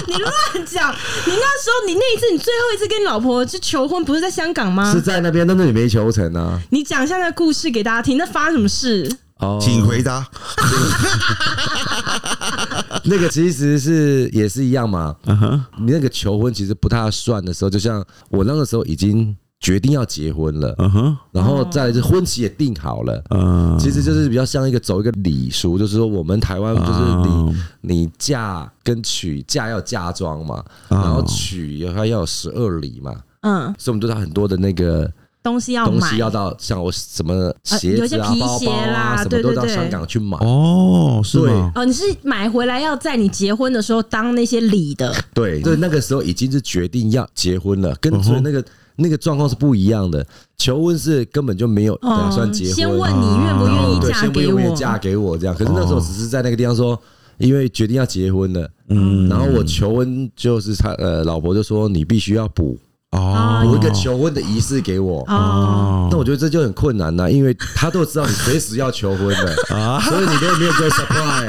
你乱讲。你那时候，你那一次，你最后一次跟你老婆去求婚，不是在香港吗
<laughs> 是？在那边，但是你没求成啊。
你讲一下那个故事给大家听，那发生什么事？
哦
请回答。
那个其实是也是一样嘛。
嗯哼，
你那个求婚其实不太算的时候，就像我那个时候已经决定要结婚了，
嗯哼，
然后再来是婚期也定好了。
嗯，
其实就是比较像一个走一个礼俗，就是说我们台湾就是你你嫁跟娶，嫁要嫁妆嘛，
啊
然后娶的话要有十二礼嘛，
嗯，
所以我们都有很多的那个
东西要
东
买，
西要到像我什么鞋子啊
呃有、些皮
包包
鞋啦
啊什
对
么
对
都到
对
香港去买。
哦，是吗？
哦，你是买回来要在你结婚的时候当那些礼的，
嗯
对，对，那个时候已经是决定要结婚了，跟所以那个那个状况是不一样的。求婚是根本就没有打啊算
嗯，
结婚，嗯哦
先问你愿不愿意
对，
嫁
先不
给
用愿
我，
嫁给我这样。可是那时候只是在那个地方说，因为决定要结婚了，
嗯
然后我求婚就是他呃老婆就说你必须要补
哦
有一个求婚的仪式给我。
哦，
那我觉得这就很困难呐、因为他都知道你随时要求婚的，
<laughs> 啊
所以你都没有做 surprise，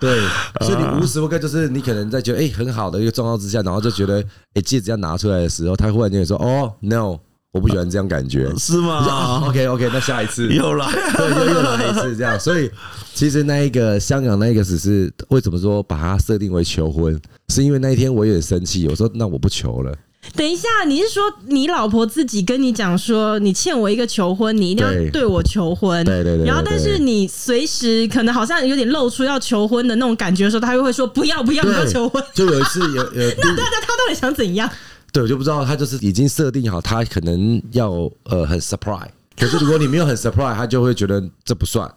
对，所以你无时无刻就是你可能在觉得哎、很好的一个状况之下，然后就觉得哎、戒指要拿出来的时候，他忽然间说哦 no，我不喜欢这样感觉。
是
啊
<laughs>
吗？
OK OK，那下一次
<laughs> 又来
对，又
<laughs>
又来一次这样。所以其实那一个香港那一个只是为什么说把它设定为求婚，是因为那一天我有点生气，我说那我不求了。
等一下，你是说你老婆自己跟你讲说，你欠我一个求婚，你一定
对
要对我求婚，
对对对对
然后，但是你随时可能好像有点露出要求婚的那种感觉的时候，他又会说不要 <laughs> 不要不
对
要求婚。
就有一次有
<laughs>
有
那那那他到底想怎样？
对，我就不知道他就是已经设定好，他可能要呃很 surprise。可是如果你没有很 surprise，他就会觉得这不算。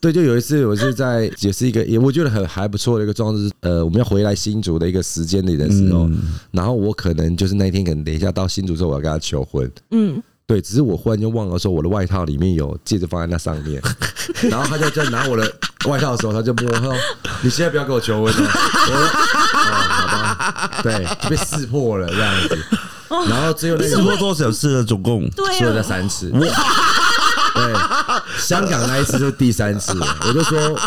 对，就有一次我是在也是一个也我觉得很还不错的一个状况，就是呃我们要回来新竹的一个时间里的时候，然后我可能就是那一天可能等一下到新竹之后我要跟他求婚，
嗯，
对，只是我忽然就忘了说我的外套里面有戒指放在那上面，然后他就在拿我的外套的时候，他就摸，他说：“ <laughs> 你现在不要跟我求婚了。”我说：“哦，好吧。”对，就被识破了这样子。然后最后那
直
个
播多少次了？总共
哦对
说了那
啊，
三
<laughs>
次，对，香港那一次是第三次了，我就说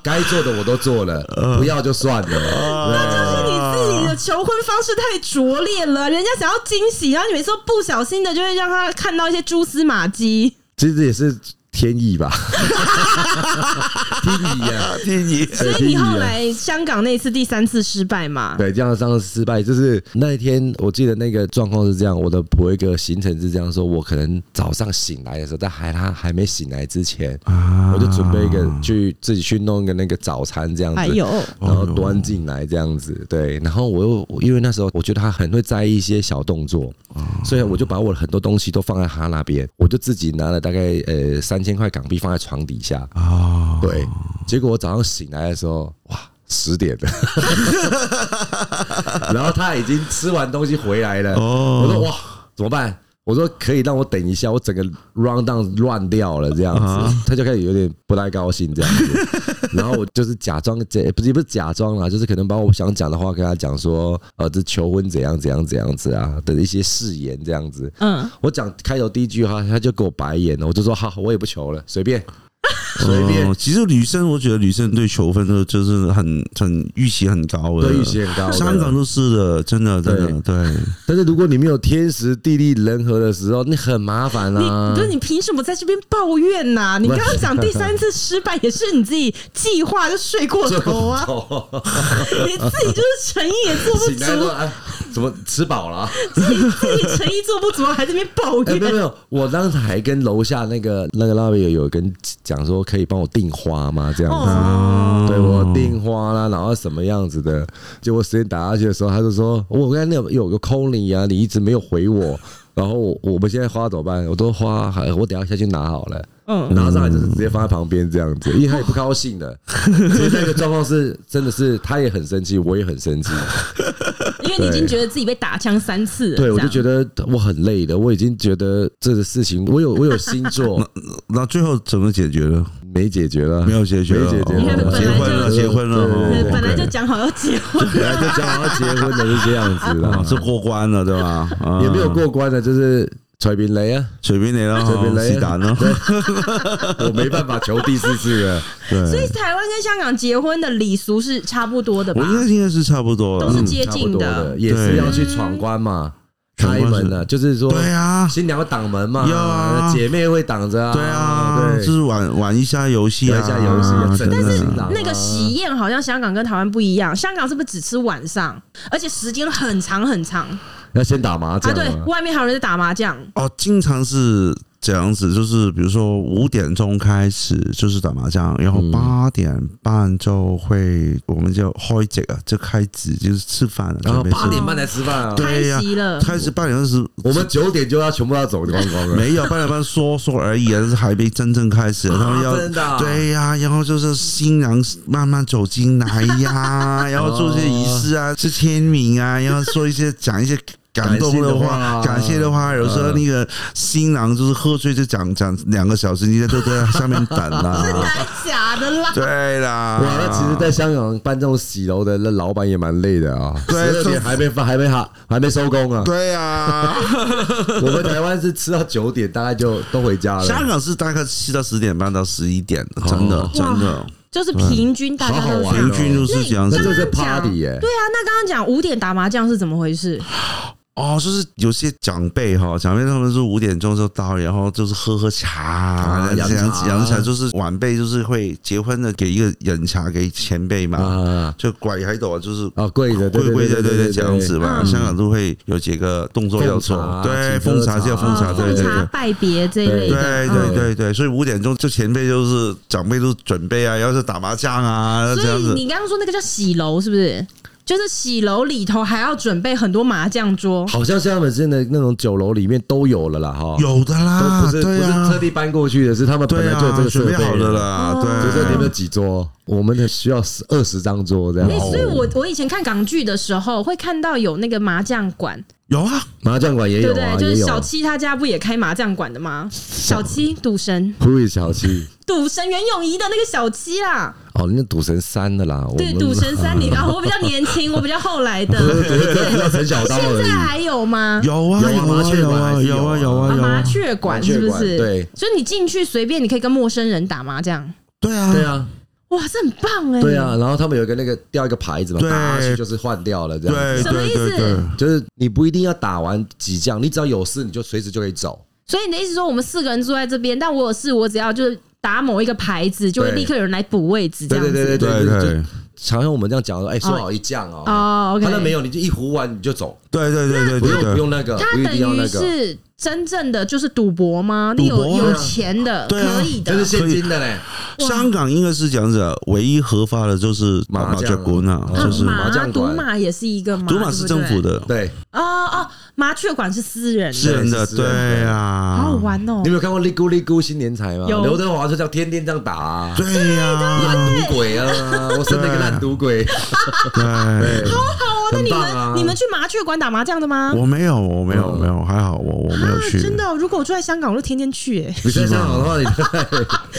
该做的我都做了，
嗯
不要就算了。
就是你自己的求婚方式太拙劣了，人家想要惊喜，然后你每次都不小心的就会让他看到一些蛛丝马迹。
对，其实也是天
<laughs>
意吧，天意呀、
听你
所以
天意
你后
啊
来香港那一次第三次失败嘛？
对，这样上次失败，就是那一天我记得那个状况是这样，我的婆一个行程是这样说，我可能早上醒来的时候，在还他还没醒来之前，
啊
我就准备一个去自己去弄一个那个早餐这样
哎
子。
呦，
然后端进来这样子，对，然后我又我因为那时候我觉得他很会在意一些小动作，所以我就把我的很多东西都放在他那边，我就自己拿了大概呃三千块港币放在床底下，
啊，
对，结果我早上醒来的时候，哇，十点了，然后他已经吃完东西回来了。
哦
我说哇，怎么办？我说可以让我等一下，我整个 round down 乱掉了这样子，他就开始有点不太高兴这样子。然后我就是假装，这不是也不是假装啦，就是可能把我想讲的话跟他讲说，呃，这求婚怎样怎样怎样子啊的一些誓言这样子。
嗯，
我讲开头第一句话，他就给我白眼了，我就说好，我也不求了，随便。随便
哦其实女生，我觉得女生对求婚的就是很很预期很高的，
对预期很高的
香港都是的，真的真的对。
但是如果你没有天时地利人和的时候，那很麻烦
你
啊
不。是你凭什么在这边抱怨呐、你刚刚讲第三次失败也是你自己计划就睡过头
<laughs>
啊，你自己就是诚意也做不
醒来说
足，
啊，怎么吃饱了啊、
自己诚意做不足还在那边抱
<laughs> 哎、没有没
怨。
有，我当时还跟楼下那个那个那边有有跟讲说，可以帮我订花吗？这样子，
哦
对我订花啦，然后什么样子的？结果时间打下去的时候，他就说，我刚才那有有个 call 你啊，你一直没有
<laughs>
回我，然后我我们现在花怎么办？我都花，还我等一下下去拿好了。
嗯，
然后上来就是直接放在旁边这样
<laughs>
子，因为他也不高兴的，所以那个状况是真的是他也很生气，我也很生气。
因为你已经觉得自己被打枪三次了，
对，我
<laughs>
就
这
觉
样
得我很累的，我已经觉得这个事情，我有我有星座
那最后怎么解决了？
没解决了，
没有解决了，
没解决
你看
了，
本来
结婚了，
就
结婚了
对对
对
对
哦，
本来就
OK
讲好要结婚，
本来就讲好要结婚的是这样子
<laughs> 啊，
啦，
这过关了对吧？啊
也没有，过关的，就是甩冰雷啊，
随便你了，哦
随便你
是胆了，
<laughs> 我没办法求第四次了。
所以
对，
台湾跟香港结婚的礼俗是差不多的吧
我？应该应该是差不多
都是
了，嗯
接
嗯差不
近
多
的
的，，也是
对
要去闯关嘛，
闯
开
关
门
是
的，就是说，
嗯对啊，
新娘挡门嘛，
要啊
姐妹会挡着啊，
对啊，
对，
就是玩玩一下游戏啊，
玩一下游戏啊
真
但是
的。
那个喜宴好像香港跟台湾不一样，香港是不是只吃晚上，而且时间很长很长啊？
要先打麻将
对
嘛，
外面还有人在打麻将，
哦，经常是这样子，就是比如说五点钟开始就是打麻将，然后
嗯
八点半就会我们就开席啊，就开始就是吃饭了，
然后
准备吃
哦八点半才吃饭啊，
开
对呀
席了。
开始八点半是
我们九点就要全部要走光光了，
没有八点半说说而已，啊但是还没真正开始，他们要
啊真的啊
对呀、然后就是新郎慢慢
<laughs>
走进来呀、然后做一些仪式啊，吃签名啊，然后说一些讲一些感动的话，
感
感
谢
谢
的
的话，有时候那个新郎就是喝醉就讲讲两个小时，你在都在下面等
<laughs>
啊。
假的啦，
对啦，
哇，啊那其实，在香港办这种洗楼的，那老板也蛮累的啊，
对
十二点还没发，还没哈，还没收工啊。
对啊，
我们台湾是吃到九点，大概就都回家
香
了。
港是大概七到十点半到十一点，真的真的
<laughs> 就是平均大家都
嗯好好
这
玩
样
平。均都是这样
那就
子。
是
刚刚讲
party 耶
对啊，那刚刚讲五点打麻将是怎么回事？
哦，就是有些长辈哈，长辈他们是五点钟就到，然后就是喝喝茶，
啊
这样
洋
子
茶
洋茶就是晚辈就是会结婚的给一个人茶给前辈嘛，
啊
就跪喺度啊，就是
啊，跪着，对
会会对对对这样子吧，
嗯
香港都会有几个动作要做
奉茶，请
对，
喝
奉茶
茶
是要奉茶，
哦
对
奉
对
茶
对。
拜别这一类的，
对
嗯
对对对，所以五点钟就前辈就是长辈都准备啊，要是打麻将
呃
啊这
所
样
以
子，
你刚刚说那个叫洗楼，是不是？就是洗楼里头还要准备很多麻将桌，
好像像他们现在那种酒楼里面都有了啦，哈，
有的啦，
都不是不
对
是
啊，
特地搬过去的，是他们本
对
来就有这
啊，
个设
准备
备
好的。啦，
只是你们有
对，
几桌？我们的需要二十张桌这样
哎、
子。
所以我我以前看港剧的时候会看到有那个麻将馆，
有啊，
麻将馆也
对
有
不对
啊，？
就
也
是
有
小。七他家不也开麻将馆的吗？小七赌神，
Who is 小七？
赌神袁咏仪的那个小七啦，
哦，那赌神三的啦。我
对，
们
赌神三里啊，我比较年轻，我比较后来的，
<laughs> 不要陈小刀
现
而
在
已。
还有吗？
有啊，
有啊麻雀
有
馆还
啊，
是
有
有
啊，有
啊
啊，
啊，
有
麻
啊，
雀
麻
馆
雀
是不
馆
是？
对，
所以你进去随便，你可以跟陌生人打麻将，
对啊，
对，啊，
哇，这很棒哎、
对啊。然后他们有一个那个掉一个牌子嘛，
对
打下去就是换掉了这样子。
对
什么
对
意思
对对，
就是你不一定要打完几将，你只要有事你就随时就可以走。
所以你的意思说，我们四个人坐在这边，但我有事，我只要就是打某一个牌子，就会立刻有人来补位置，这
对
样子。
对对对
对
对
对
常常我们这样讲说，哎，说好一将哦，
哦，OK，
他那没有，你就一壶完你就走，
对对对对
不用
对
不
对。
用那个，
它
不一定要
等于
那个，
是真正的就是赌博吗？你
赌博
有
啊
有钱的，
对啊
可以
这是
的。
现金的嘞，
香港应该是这样子啊，唯一合法的就是
麻
麻
将
雀馆啊，
哦
就是
啊
麻将
马赌
馆
马也是一个嘛，
赌马是政
对
府
不对
的，
对。
哦哦，麻雀馆是私人
私
的，
人的，
是私人的
对啊，
好好玩哦
你有。没有看过《利咕利咕新年财》吗？
有
刘德华就这样天天这样打啊，
对呀，
烂赌鬼啊！我生了一个烂赌鬼，
对，
<laughs>
哦，那你
很棒啊
们你们去麻雀馆打麻将的吗？
我没有，我没有，
嗯
没有，还好我我没有
啊
去。
真的哦，如果我住在香港，我就天天去，哎，
你在香港的话，你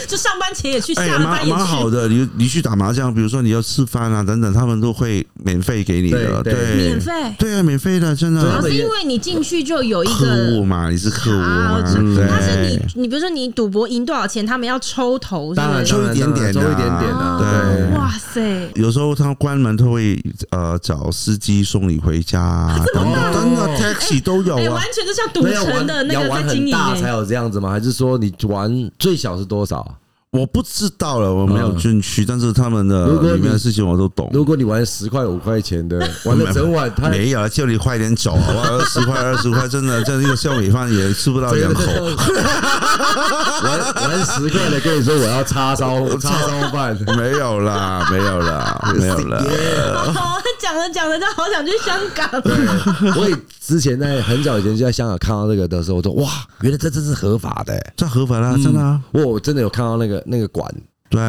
就上班前也去，
哎，
下了班
蛮
也
蛮好
去。
的，你你去打麻将，比如说你要吃饭啊等等，他们都会免费给你的，
对对
对，
免费
对啊，免费的，真
对
然
啊
的
后，是因为你进去就有一
客
个
户嘛，你是客户
啊
嘛，，
就是他是
对
你，你比如说你赌博赢多少钱，他们要抽头，是
当
不
然
是？
抽一点点啊
抽一点点
哦
啊，
对
哇塞，
有时候他关门都会呃找司机送你回家啊，等
办
等真的 taxi 都有
哎，
啊
完，全就像赌
对，要
城
玩
的那
要
个
玩
在经
很
营
大才
哎，
有这样子吗？还是说你玩最小是多少？
我不知道了，我没有进去，但是他们的
如果你
里面的事情我都懂。
如果你玩十块五块钱的，玩了整晚，他
没有了，叫你快点走好
<laughs>
不好？二十块二十块，真的，这一个小米饭也吃不到两口。
玩玩十块的，跟你说我要叉烧叉烧饭，
没有啦，没有啦，没有啦。
哦讲着讲着就好想去香港，
我也之前在很早以前就在香港看到这个的时候，我说哇，原来这真是合法的、欸。
这合法啦，真的啊，
我真的有看到那个那个馆，
对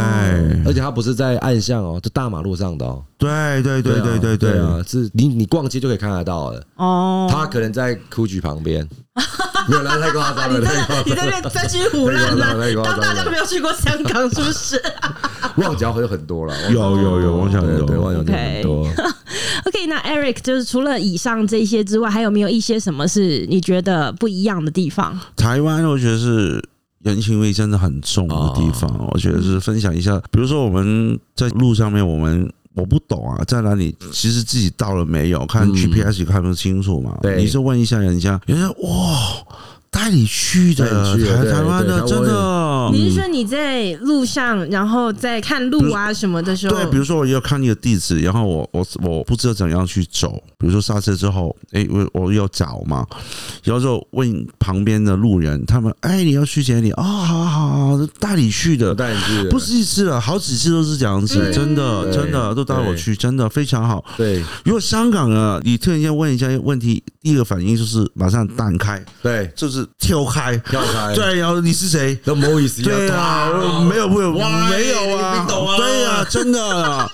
而且它不是在暗巷哦，就大马路上的哦。
对对对对
对
对
啊
对
对啊，是你你逛街就可以看得到的。
哦
它可能在哭局旁边，没有啦，太夸
<laughs>
张
你
了，
真
太
的
夸
你
张
在
了。
那边再去胡乱
太夸张了太
了，
夸张
当大
了
家都没有去过香港，是不是
旺角有很多了，旺角
有有有，我想
对对，
有。
旺角有很多。
？OK，那 Eric 就是除了以上这些之外，还有没有一些什么是你觉得不一样的地方？
台湾我觉得是人情味真的很重的地方，
哦
我觉得是分享一下，比如说我们在路上面，我们。我不懂啊，在哪里？其实自己到了没有？看
嗯
GPS 看不清楚嘛。
对
你就问一下人家，人家哇，带你去
带你
的
去的
台
对
台湾的，
对
真的。
你是说你在路上，然后在看路啊什么的时候，
对，比如说我要看你的地址，然后我我我不知道怎样去走，比如说刹车之后，哎、我我要找嘛，然后就问旁边的路人，他们哎、你要去哪里？哦，好好好，好带你去
不
的。
但是
不是一次了，好几次都是这样子，
对
真的，
对
真的都带我去，真的非常好。
对
如果香港啊，你突然间问一下问题，第一个反应就是马上弹开，
对
就是跳开，
跳开，
对，然后你是谁？
那某意思
对啊，没有没有
哇
没有啊
哦你不懂啊，
对啊，真的啊，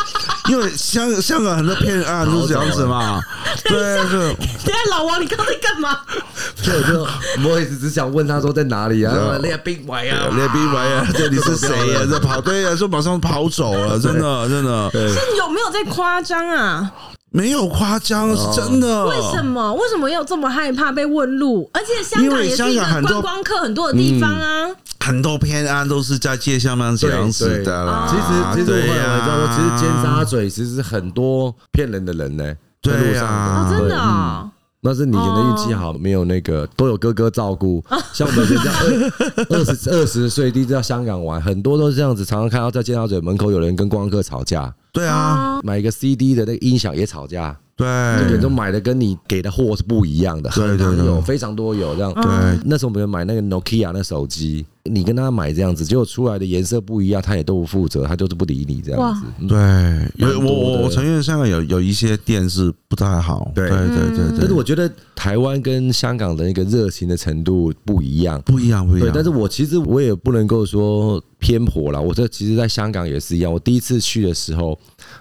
因为香香港很多骗案都是这样子嘛，对啊，对啊
<laughs> 等一下老王，你刚才干
<laughs>
嘛？
所以我就我也是只想问他说在哪里啊？
对啊
那个冰白啊，
那边玩呀，这里是谁呀？这跑对啊呀，就马上跑走了，真的真的
对，
有没有在夸张啊？
没有夸张，
哦
是真的。
为什么？为什么又这么害怕被问路？而且香港也是一
因为香
个
港很
观
多
光客很多的地方啊。
很多偏安都是在街上面这样子的啦？
啊其实其实我后
对啊
来
呀
知道说，其实尖沙咀其实很多骗人的人呢，在路
对
上
哦，
啊
真的哦。
那是你可能运气
哦
好，没有那个都有哥哥照顾。像我们这样二二
<laughs>
十二十岁第一次到香港玩，很多都是这样子，常常看到在尖沙咀门口有人跟观光客吵架，
对啊，
买一个 CD 的那个音响也吵架，有
对
人都买的跟你给的货是不一样的，
对
很
对
多
对
有非常多有这样。
对
那时候我们买那个 Nokia 那手机，你跟他买这样子，结果出来的颜色不一样，他也都不负责，他就是不理你这样子。嗯
对，因为
蛮多的
我我我承认香港有有一些店是不太好，
对
对对对
但是
对，
我觉得台湾跟香港的那个热情的程度不一样，
不一样不一
对，
样，
但是我其实我也不能够说偏颇啦。我这其实，在香港也是一样。我第一次去的时候，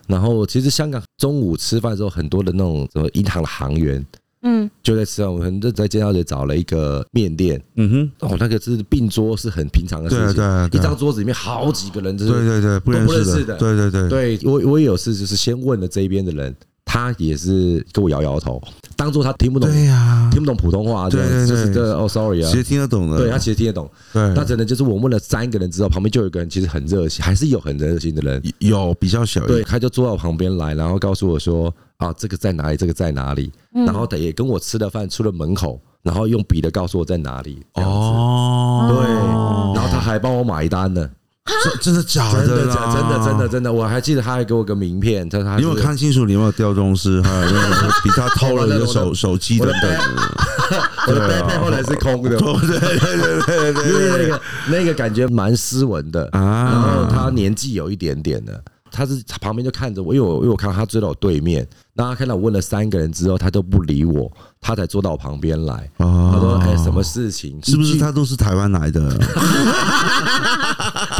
然后其实香港中午吃饭的时候，很多的那种什么银行的行员
嗯，
就在吃饭，我们就在街道里找了一个面店。
嗯哼，
哦，那个是并桌是很平常的事情，
对啊对啊对
一
啊
张桌子里面好几个人，就
对
是
对对，不认
都不认识
识
的
的，对对对
对我我也有事，就是先问了这边的人，他也是跟我摇摇头，当做他听不懂，
对呀，
听不懂普通话，这样子
对对
就是
对
这哦，sorry 啊
其，实听得懂的，
对他其实听得懂。
对，
那真的就是我问了三个人之后，旁边就有一个人其实很热心，还是有很热心的人，
有比较小一
对，
点，
他就坐到我旁边来，然后告诉我说啊，这个在哪里，这个在哪里，然后也跟我吃了饭出了门口，然后用笔的告诉我在哪里，这样子，对，
哦，
然后他还帮我买单呢， <laughs>
真真的假
真的
啦
假真的真的真的，我还记得他还给我个名片，他他
你有没有看清楚你有没有掉东西，还有没有比他偷了你
<laughs> 我
的
的我
手
的
手机
我
等
的
等。
<laughs> 我的
对啊
backpack 后来是空 <laughs> 的，
对 <laughs> 对对
<laughs>
对
因为那
对对
个那个感觉蛮斯文的然后
啊！
他年纪有一点点的，他是他旁边就看着我，因为我因为我看到他追到我对面，那他看到我问了三个人之后，他都不理我，他才坐到我旁边来。他说：“哎、什么事情？
啊是不
一
是
句
他都是台湾来的？
<laughs>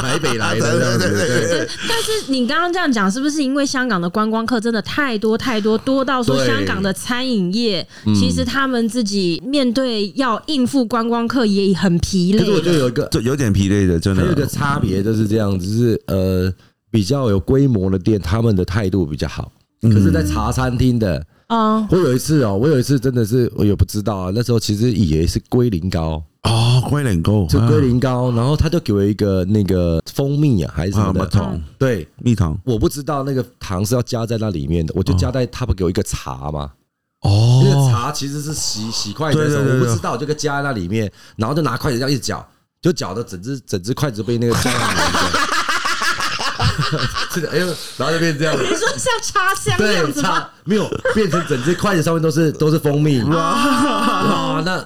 台北来的？这样子 <laughs> 对
但是你刚刚这样讲，是不是因为香港的观光客真的太多太多，多到说
对
香港的餐饮业
嗯
其实他们自己面对要应付观光客也很疲
可是我
累
就有一个，
这有点疲累的，真
还有一个
的。
差别就是这样，就是呃，比较有规模的店，他们的态度比较好。可是，在茶餐厅的，
哦。
我有一次哦，我有一次真的是我也不知道啊，那时候其实也是龟苓膏。”
哦，龟苓膏，啊
就龟苓膏，然后他就给我一个那个蜂蜜啊，还是什么
啊，蜜
的，
糖，
对，
蜜糖。
我不知道那个糖是要加在那里面的，我就加在他不给我一个茶嘛，那个
哦，
茶其实是洗洗筷子的时候，
对对对
我
对
不知道，我就给加在那里面，然后就拿筷子这样一搅，就搅的整只整只筷子被那个加在里 <laughs> 面。是的，哎呦，然后就变这样，
你说像插香那样
对，
子吗？
差没有变成整只筷子上面都是都是蜂蜜，哇，那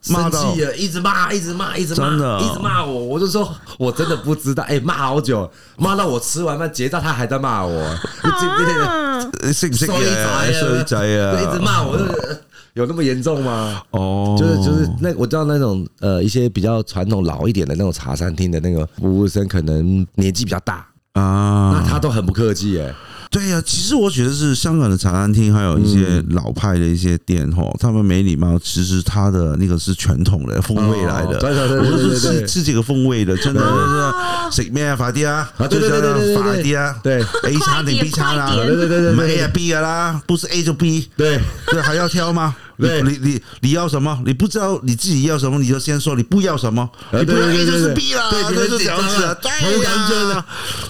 生
骂到
气了，一直骂，一直骂，一直骂，
真的
一直骂我，我就说我真的不知道，哎，骂好久，骂到我吃完饭结账，他还在骂我，就今天
啊，
识唔
衰
识
仔啊
嘢？衰仔
<laughs>
啊！
就一直骂我，就是呃有那么严重吗？
哦，
就是就是那我知道那种呃一些比较传统老一点的那种茶餐厅的那个服务生，可能年纪比较大，
啊，
那他都很不客气哎、
对呀、其实我觉得是香港的茶餐厅，还有一些老派的一些店吼，他们没礼貌，其实他的那个是传统的风味来
哦对
的。
对对
我
对对
就是
对
吃吃这个风味的，真的真的食咩啊，快啲啊，
啊对对对对对对
就这样快啲啊，
对
，A 餐定 B 餐啊，
快点快点
对对对对对
我们 A 啊 B 啊啦，不是 A 就 B，
对
对，还要挑吗？你
对
你你你要什么？你不知道你自己要什么，你就先说你不要什么，
啊
你不要
对对
A
对
就
对
是 B 啦，
对
那就
对
这样子啊，
对
对
好感觉
呀
的，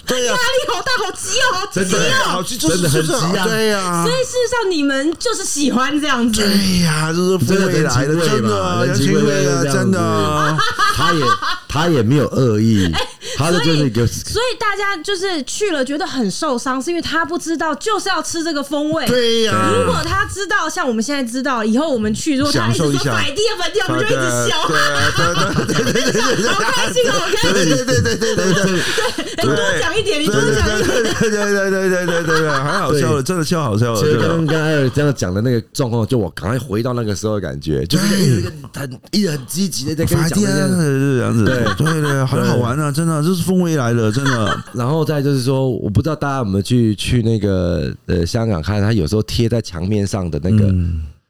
对呀
压，力好大，好急哦，好急
真的
哦。
好，就是
真的很
就是
急啊
对呀
所。以事实上，你们就是喜欢这样子。
对呀，这是风味来的，真的人情味啊，真的。
<laughs> 他也他也没有恶意，他的就是一个
所以大家就是去了觉得很受伤，是因为他不知道就是要吃这个风味。
对
如
呀，
果他知道，像我们现在知道，以后我们去，如果他一直说
享受一下
百地百地，我们就一直笑，
对对对对对对
好开心，好开心。
对对对对对对。
哎，多讲一点，你
对
多
对
讲一点。
对对对对对对对对对，还好笑的，真的笑好笑的，
所以
对
刚刚
的，
刚艾尔这样讲的那个状况，就我赶快回到那个时候的感觉，就是一直跟很一直很积极的在跟
发
你讲
癫
这样
是这样子，对对对，很好玩啊，真的，就就是风味来了，真的
然后再就是说，我不知道大家有没有去去那个呃香港看，他有时候贴在墙面上的那个，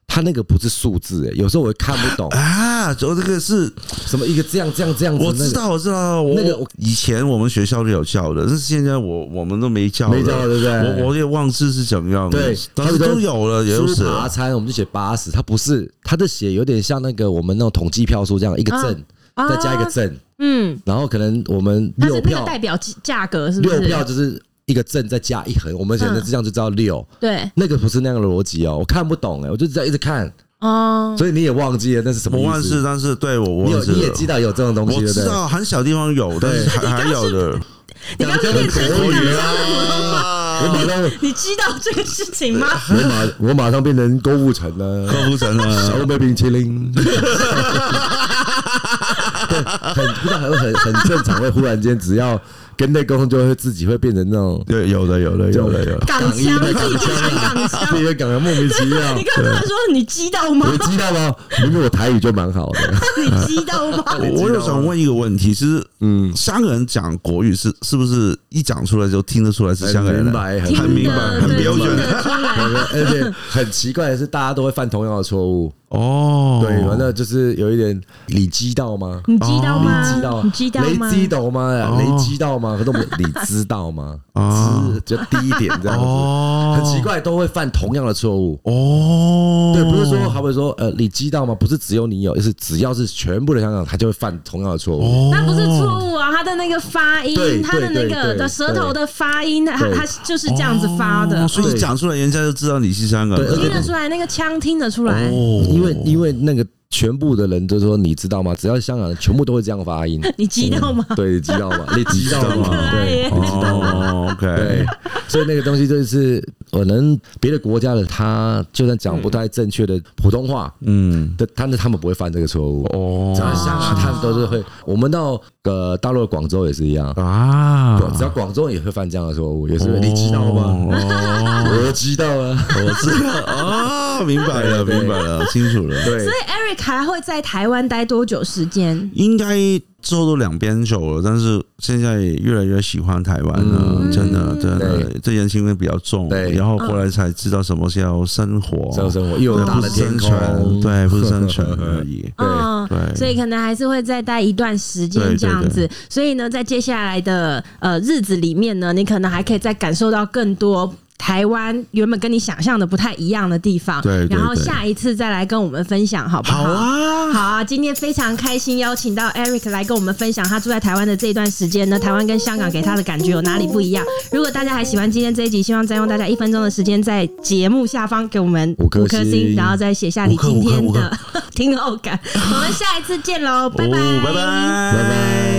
他那个不是数字、欸，有时候我会看不懂
啊！就这个是
什么一个这样这样这样子、那
我
个
知道，我知道，我
那个
我以前我们学校里有教的，但是现在我我们都没教了，
没教了对不对
我我也忘记是怎样的，
对
但是
他们
都
都
有了，也就是
猪扒餐，我们就写八十，它不是，它的写有点像那个我们那种统计票数这样，一个正、
啊
再加一个正，
嗯，
然后可能我们
它是
六
那个
票
代表价格是不是？
六票就是一个正再加一横，我们写的
嗯
这样就知道六。
对
那个不是那样的逻辑哦，我看不懂哎、我就这样一直看，
哦，
所以你也忘记了那是什么
我
意
忘
思
记，。但是对我我
你
忘
有
记
你也
了。
知道有这种东西，
我
对不
知
对？
道啊很小地方有，但是还 <laughs> 还有的，
你刚刚念成
国
国
语
语
啊！我马上，
你知道这个事情吗？
我马，我马上变成购物城
<laughs>
了，
客服
<laughs>
城啊，
小美冰淇
<laughs>
淋。对，很不知道很很很正常，会忽然间只要跟内沟通，就会自己会变成那种
对，有的，有的，有的，有的。
港腔，自己讲港
自己
腔。
会感觉啊莫名其妙
<laughs> 你。刚刚说你知道吗
你？知道吗？明明我台语就蛮好的，
你知道吗？
我我有想问一个问题，其实，嗯，香港人讲国语是是不是一讲出来就听得出来是香港人
明
的？
白，
听
很
得
明白很
对
标准
听得出来。
而且很奇怪的是，大家都会犯同样的错误。
哦，
对，完了就是有一点，你知道吗？
你知道吗？
知道，
嗯你知道吗？
雷知道吗？
哦
雷知道吗？可是我们你知道吗？
哦
知就低一点这样子，
哦，
很奇怪，都会犯同样的错误。
哦，
对，不是说好比说，呃，你知道吗？不是只有你有，就是只要是全部的香港人，他就会犯同样的错误。
哦，
那不是错误啊，他的那个发音
对，
他的那
对对
个
对
的舌头的发音，他
对
他就是这样子发的
哦，所以
对
讲出来人家就知道你是香港人，
对
听得出来，那个腔听得出来。
哦，
因为因为那个全部的人都说你知道吗？只要是香港人，全部都会这
<laughs>
样发音。
你知道吗？
对，你知道吗？你知
<laughs>
<laughs>
道
很可
吗？
爱
对，
耶
你知道吗？
哦，OK，
对，所以那个东西就是可能别的国家的他就算讲不太正确的普通话，
嗯，
但但是他们不会犯这个错误。
哦
只要香港，他们都是会。我们到呃大陆的广州也是一样，
啊，
只要广州也会犯这样的错误，也是你哦知道吗？
哦，
我知道啊，
我知道哦，明白了，
对对
明白了，清楚了。
对
所，以 Eric 还会在台湾待多久时间？
应该之后都两边走了，但是现在也越来越喜欢台湾了，
嗯
真的真的
对，
这人情味比较重，
对
然后过来才知道什么叫生活，
这种生活又有
对，
大
不
的
是
天
生
空，
存，对，不是
<laughs>
生存而已。
对
嗯
对
所以可能还是会再待一段时间
对
这样子。所以呢，在接下来的呃日子里面呢，你可能还可以再感受到更多。台湾原本跟你想象的不太一样的地方，
对对
然后
对
下一次再来跟我们分享，好不好？
好啊，
好啊，今天非常开心邀请到 Eric 来跟我们分享他住在台湾的这一段时间呢，台湾跟香港给他的感觉有哪里不一样。如果大家还喜欢今天这一集，希望再用大家一分钟的时间在节目下方给我们
五颗星
然后再写下 <laughs> 你今天的听后感。我们下一次见喽，拜拜，
哦拜拜，
拜拜。